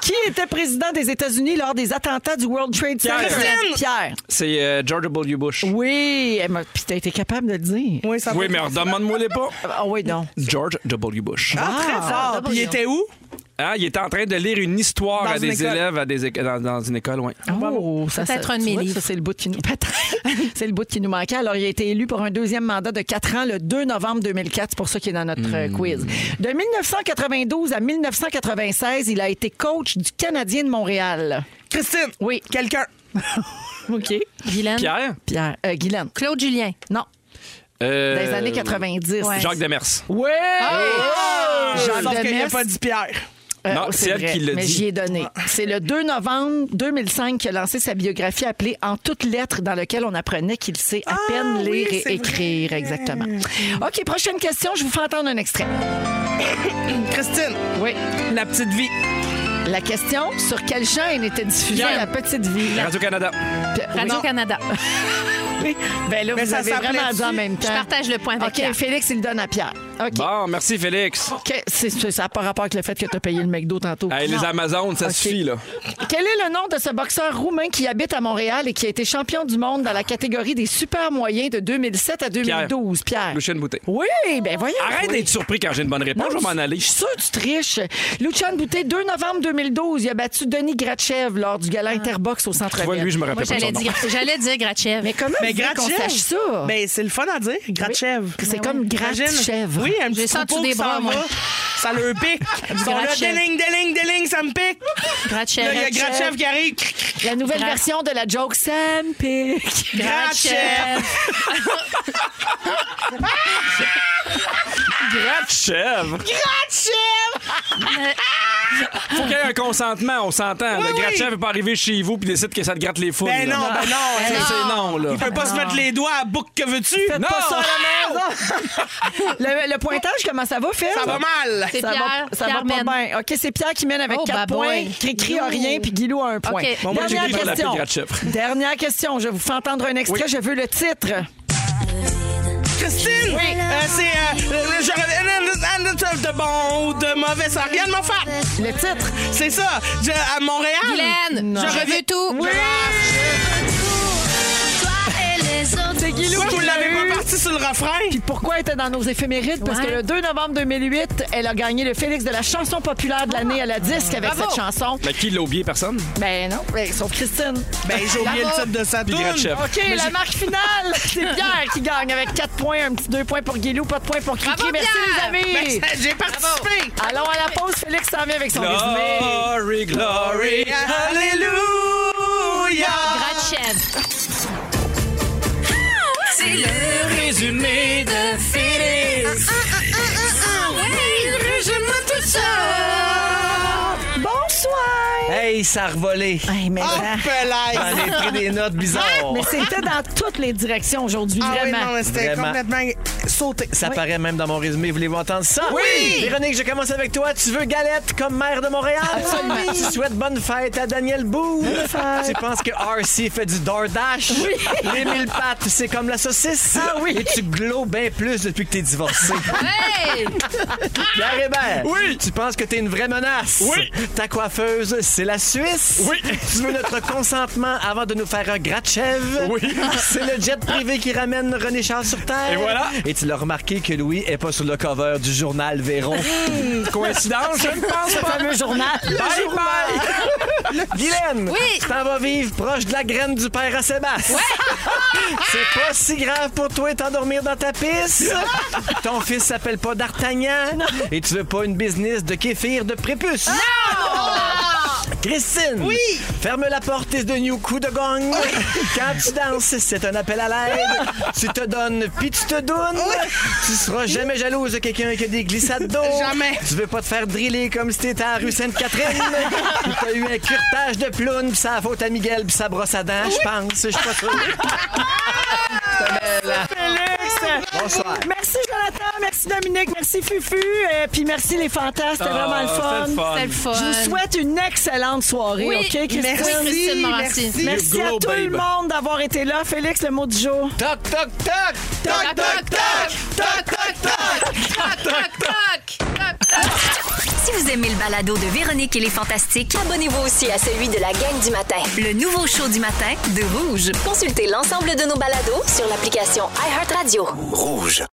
B: Qui était président des États-Unis lors des attentats du World Trade Center?
C: Christine!
B: Pierre.
C: C'est euh, George W. Bush.
B: Oui, eh, mais- puis t'as été capable de le dire.
E: Oui, ça
C: Oui,
E: peut-
C: mais redemande-moi les pas.
B: Ah oui, non.
C: George W. Bush.
E: Ah, très fort. Puis il était où?
C: Ah, il était en train de lire une histoire
E: Dans
C: à
E: une
C: des
E: école. Ah.
C: élèves à des éco- dans, dans une école, oui.
B: Oh, ça,
D: Peut-être
B: ça-
D: un de
B: tu
D: mes
B: vois,
D: livres.
B: ça, c'est le bout qui nous peut-être. c'est le bout qui nous manquait. Alors, il a été élu pour un deuxième mandat de 4 ans le 2 novembre 2004. C'est pour ça qu'il est dans notre euh, quiz. De 1992 à 1996, il a été coach du Canadien de Montréal.
E: Christine.
B: Oui.
E: Quelqu'un.
B: OK.
D: Guylaine?
C: Pierre?
B: Pierre, euh, Guylaine.
D: Claude Julien.
B: Non,
C: Euh,
B: dans les années 90.
D: Ouais.
C: Jacques Demers.
B: Oui! Jacques
E: Sauf qu'il
B: Demers.
E: n'a pas dit Pierre.
B: Euh,
C: Non, c'est elle
B: vrai,
C: qui l'a
B: Mais
C: dit.
B: j'y ai donné. C'est le 2 novembre 2005 qu'il a lancé sa biographie appelée En toutes lettres, dans laquelle on apprenait qu'il sait à peine lire
E: Ah oui,
B: et
E: c'est Mm.
B: écrire. Exactement. OK, prochaine question. Je vous fais entendre un extrait.
E: Christine.
B: Oui.
E: La petite vie.
B: La question sur quelle chaîne était diffusée
C: Bien.
B: la petite vie?
C: Radio-Canada.
D: Radio-Canada.
B: Oui. Ben là,
E: Mais
B: vous
E: ça
B: avez
E: s'appelait-tu?
B: vraiment dit en même temps.
D: Je partage le point avec
B: OK,
D: Pierre.
B: Félix, il le donne à Pierre. OK.
C: Bon, merci, Félix.
B: OK, c'est- c'est- ça n'a pas rapport avec le fait que tu as payé le McDo tantôt.
C: Hey, les
B: Non.
C: Amazones, ça
B: OK.
C: suffit, là.
B: Quel est le nom de ce boxeur roumain qui habite à Montréal et qui a été champion du monde dans la catégorie des super moyens de 2007 à 2012? Pierre.
C: Lucien Boutet.
B: Oui, ben voyons.
C: Arrête
B: oui.
C: d'être surpris quand j'ai une bonne réponse, je vais m'en aller.
B: Je suis sûre que tu triches. Luchan Boutet, 2 novembre 2012, il a battu Denis Gratchev lors du gala Interbox au centre
C: Tu vois,
B: ville
C: lui, je me
D: Moi,
C: rappelle pas de son
D: j'allais
C: nom.
D: dire, j'allais dire Gratchev.
B: Mais comment
E: Mais
B: vous voulez qu'on
E: Gratchev.
B: sache ça?
E: Ben, c'est le fun à dire. Gratchev. Ben
B: c'est comme
E: Imagine.
B: Gratchev.
E: Oui, un
D: J'ai
E: petit
D: senti
E: troupeau
D: des
E: qui
D: bras,
E: s'en
D: moi.
E: va. Ça leur pique. Ils sont là,
D: Gratchev.
E: déling, déling, déling, ça me pique.
D: Gratchev.
E: Là, il y a Gratchev qui arrive.
B: La nouvelle
D: Grat-
B: version de la joke Sam Pic.
E: Gratchev.
C: Gratchev! Faut qu'il y ait un consentement, on s'entend. le
E: oui.
C: Gratchev n'est pas arrivé chez vous puis décide que ça te gratte les foules.
E: Ben
C: là.
E: non, ben non.
C: Ça, c'est non, là.
E: Il peut pas se mettre les doigts à bouc que veux-tu.
C: Non!
B: le, le pointage, comment ça va, Phil?
E: Ça va mal.
D: C'est
B: Ça
D: Pierre.
B: va, ça
D: Pierre
B: va pas
D: mène.
B: bien. OK, c'est Pierre qui mène avec
D: Oh,
B: 4
D: bah
B: points.
D: boy.
B: Cricri a
D: Ouh.
B: rien, puis Guilou a un point.
D: OK.
C: Bon, moi, j'ai
B: Dernière
C: cru pour la
B: question.
C: paix de Ratchef.
B: Dernière question. Je vais vous fais entendre un extrait.
C: Oui.
B: Je veux le titre.
E: Christine. Oui. c'est. euh, je- je- de bon ou de mauvais, ça n'a rien de m'en faire.
B: Le titre.
E: C'est ça. Je- à Montréal.
D: Guylaine,
B: Non.
D: je
E: reviens-
D: reviens tout.
E: Oui.
B: C'est Guilou
E: Pourquoi
B: qui
E: vous
B: l'a
E: l'avez
B: eu.
E: pas parti sur le refrain?
B: Puis pourquoi elle était dans nos éphémérides? Parce
D: Ouais.
B: que le 2 novembre 2008, elle a gagné le Félix de la chanson populaire de l'année à la disque avec
D: Ah. Bravo.
B: cette chanson.
C: Mais qui l'a oublié, personne?
B: Ben non, ben, sauf Christine.
E: Ben, j'ai oublié le titre de sa
C: Puis
E: toune.
C: Gratchev.
B: OK, la marque finale, c'est Pierre qui gagne avec 4 points, un petit 2 points pour Guilou, pas de points pour Cricri.
D: Bravo,
B: Merci
D: Pierre.
B: les amis.
E: Ben, ça- J'ai participé.
B: Allons à la pause. Félix s'en vient avec son résumé.
C: Glory, glory,
E: Ah, Alléluia.
D: Gratchev.
A: C'est le
C: résumé de Félix.
B: Bonsoir!
L: Hey, ça a revolé.
B: Hey, mais,
E: Hop
B: hein.
L: J'en ai
E: là.
L: pris des notes bizarres.
B: mais c'était dans toutes les directions aujourd'hui,
E: Ah oui,
B: vraiment.
E: non, mais c'était
L: Vraiment.
E: complètement sauté.
L: Ça
E: Oui.
L: paraît même dans mon résumé. Voulez-vous entendre ça? Oui! Véronique, je commence avec toi. Tu veux galette comme maire de Montréal?
B: Absolument.
L: Tu souhaites bonne fête à Daniel Boone? Tu penses que RC fait du DoorDash? Oui! Les mille pattes, c'est comme la saucisse? Ah oui! Et tu glowes bien plus depuis que t'es divorcé.
D: Hey!
L: Pierre Hébert. Oui. Tu penses que t'es une vraie menace. Oui. Ta coiffeuse, c'est la Suisse. Oui. Tu veux notre consentement avant de nous faire un Gratchev. Oui. C'est le jet privé qui ramène René Charles sur Terre.
C: Et voilà.
L: Et tu l'as remarqué que Louis est pas sur le cover du journal Véron.
C: Coïncidence, je ne pense
B: Ce
C: pas.
B: fameux journal.
C: Bye bye.
L: Guylaine.
D: Oui.
L: Tu t'en vas vivre proche de la graine du père à Sébastien. C'est pas si grave pour toi t'endormir dans ta pisse. Ton fils s'appelle pas D'Artagnan. Et tu veux pas une business de kéfir de prépuce. Christine. Oui. Ferme la porte de New Coup de Gong. Quand tu danses, c'est un appel à l'aide. tu te donnes, puis tu te donnes. tu seras jamais jalouse de quelqu'un qui a des glissades d'eau.
E: Jamais.
L: Tu veux pas te faire driller comme si t'étais à la rue Sainte-Catherine. Puis t'as eu un curtage de ploune, puis ça a faute à Miguel, puis ça brosse à dents, je pense. Je suis pas sûr.
B: Félix!
L: Bonsoir.
B: Merci Jonathan, merci Dominique, merci Fufu, et puis merci les fantasmes, c'était
C: Ah,
B: vraiment le fun.
C: c'était le fun. C'était le fun.
B: Je vous souhaite une excellente soirée,
D: Oui.
B: OK, Christine?
D: Merci, Christine Morancy.
B: Merci, à
D: You glow,
B: tout
D: babe.
B: le monde d'avoir été là. Félix, le mot du jour.
L: Toc, toc, toc!
B: Toc, toc, toc!
D: Toc, toc, toc! Toc, toc, toc!
A: Si vous aimez le balado de Véronique et les Fantastiques,
F: Abonnez-vous aussi à celui de la gang du matin.
A: le nouveau show du matin de Rouge.
F: Consultez l'ensemble de nos balados sur l'application iHeartRadio.
J: Rouge.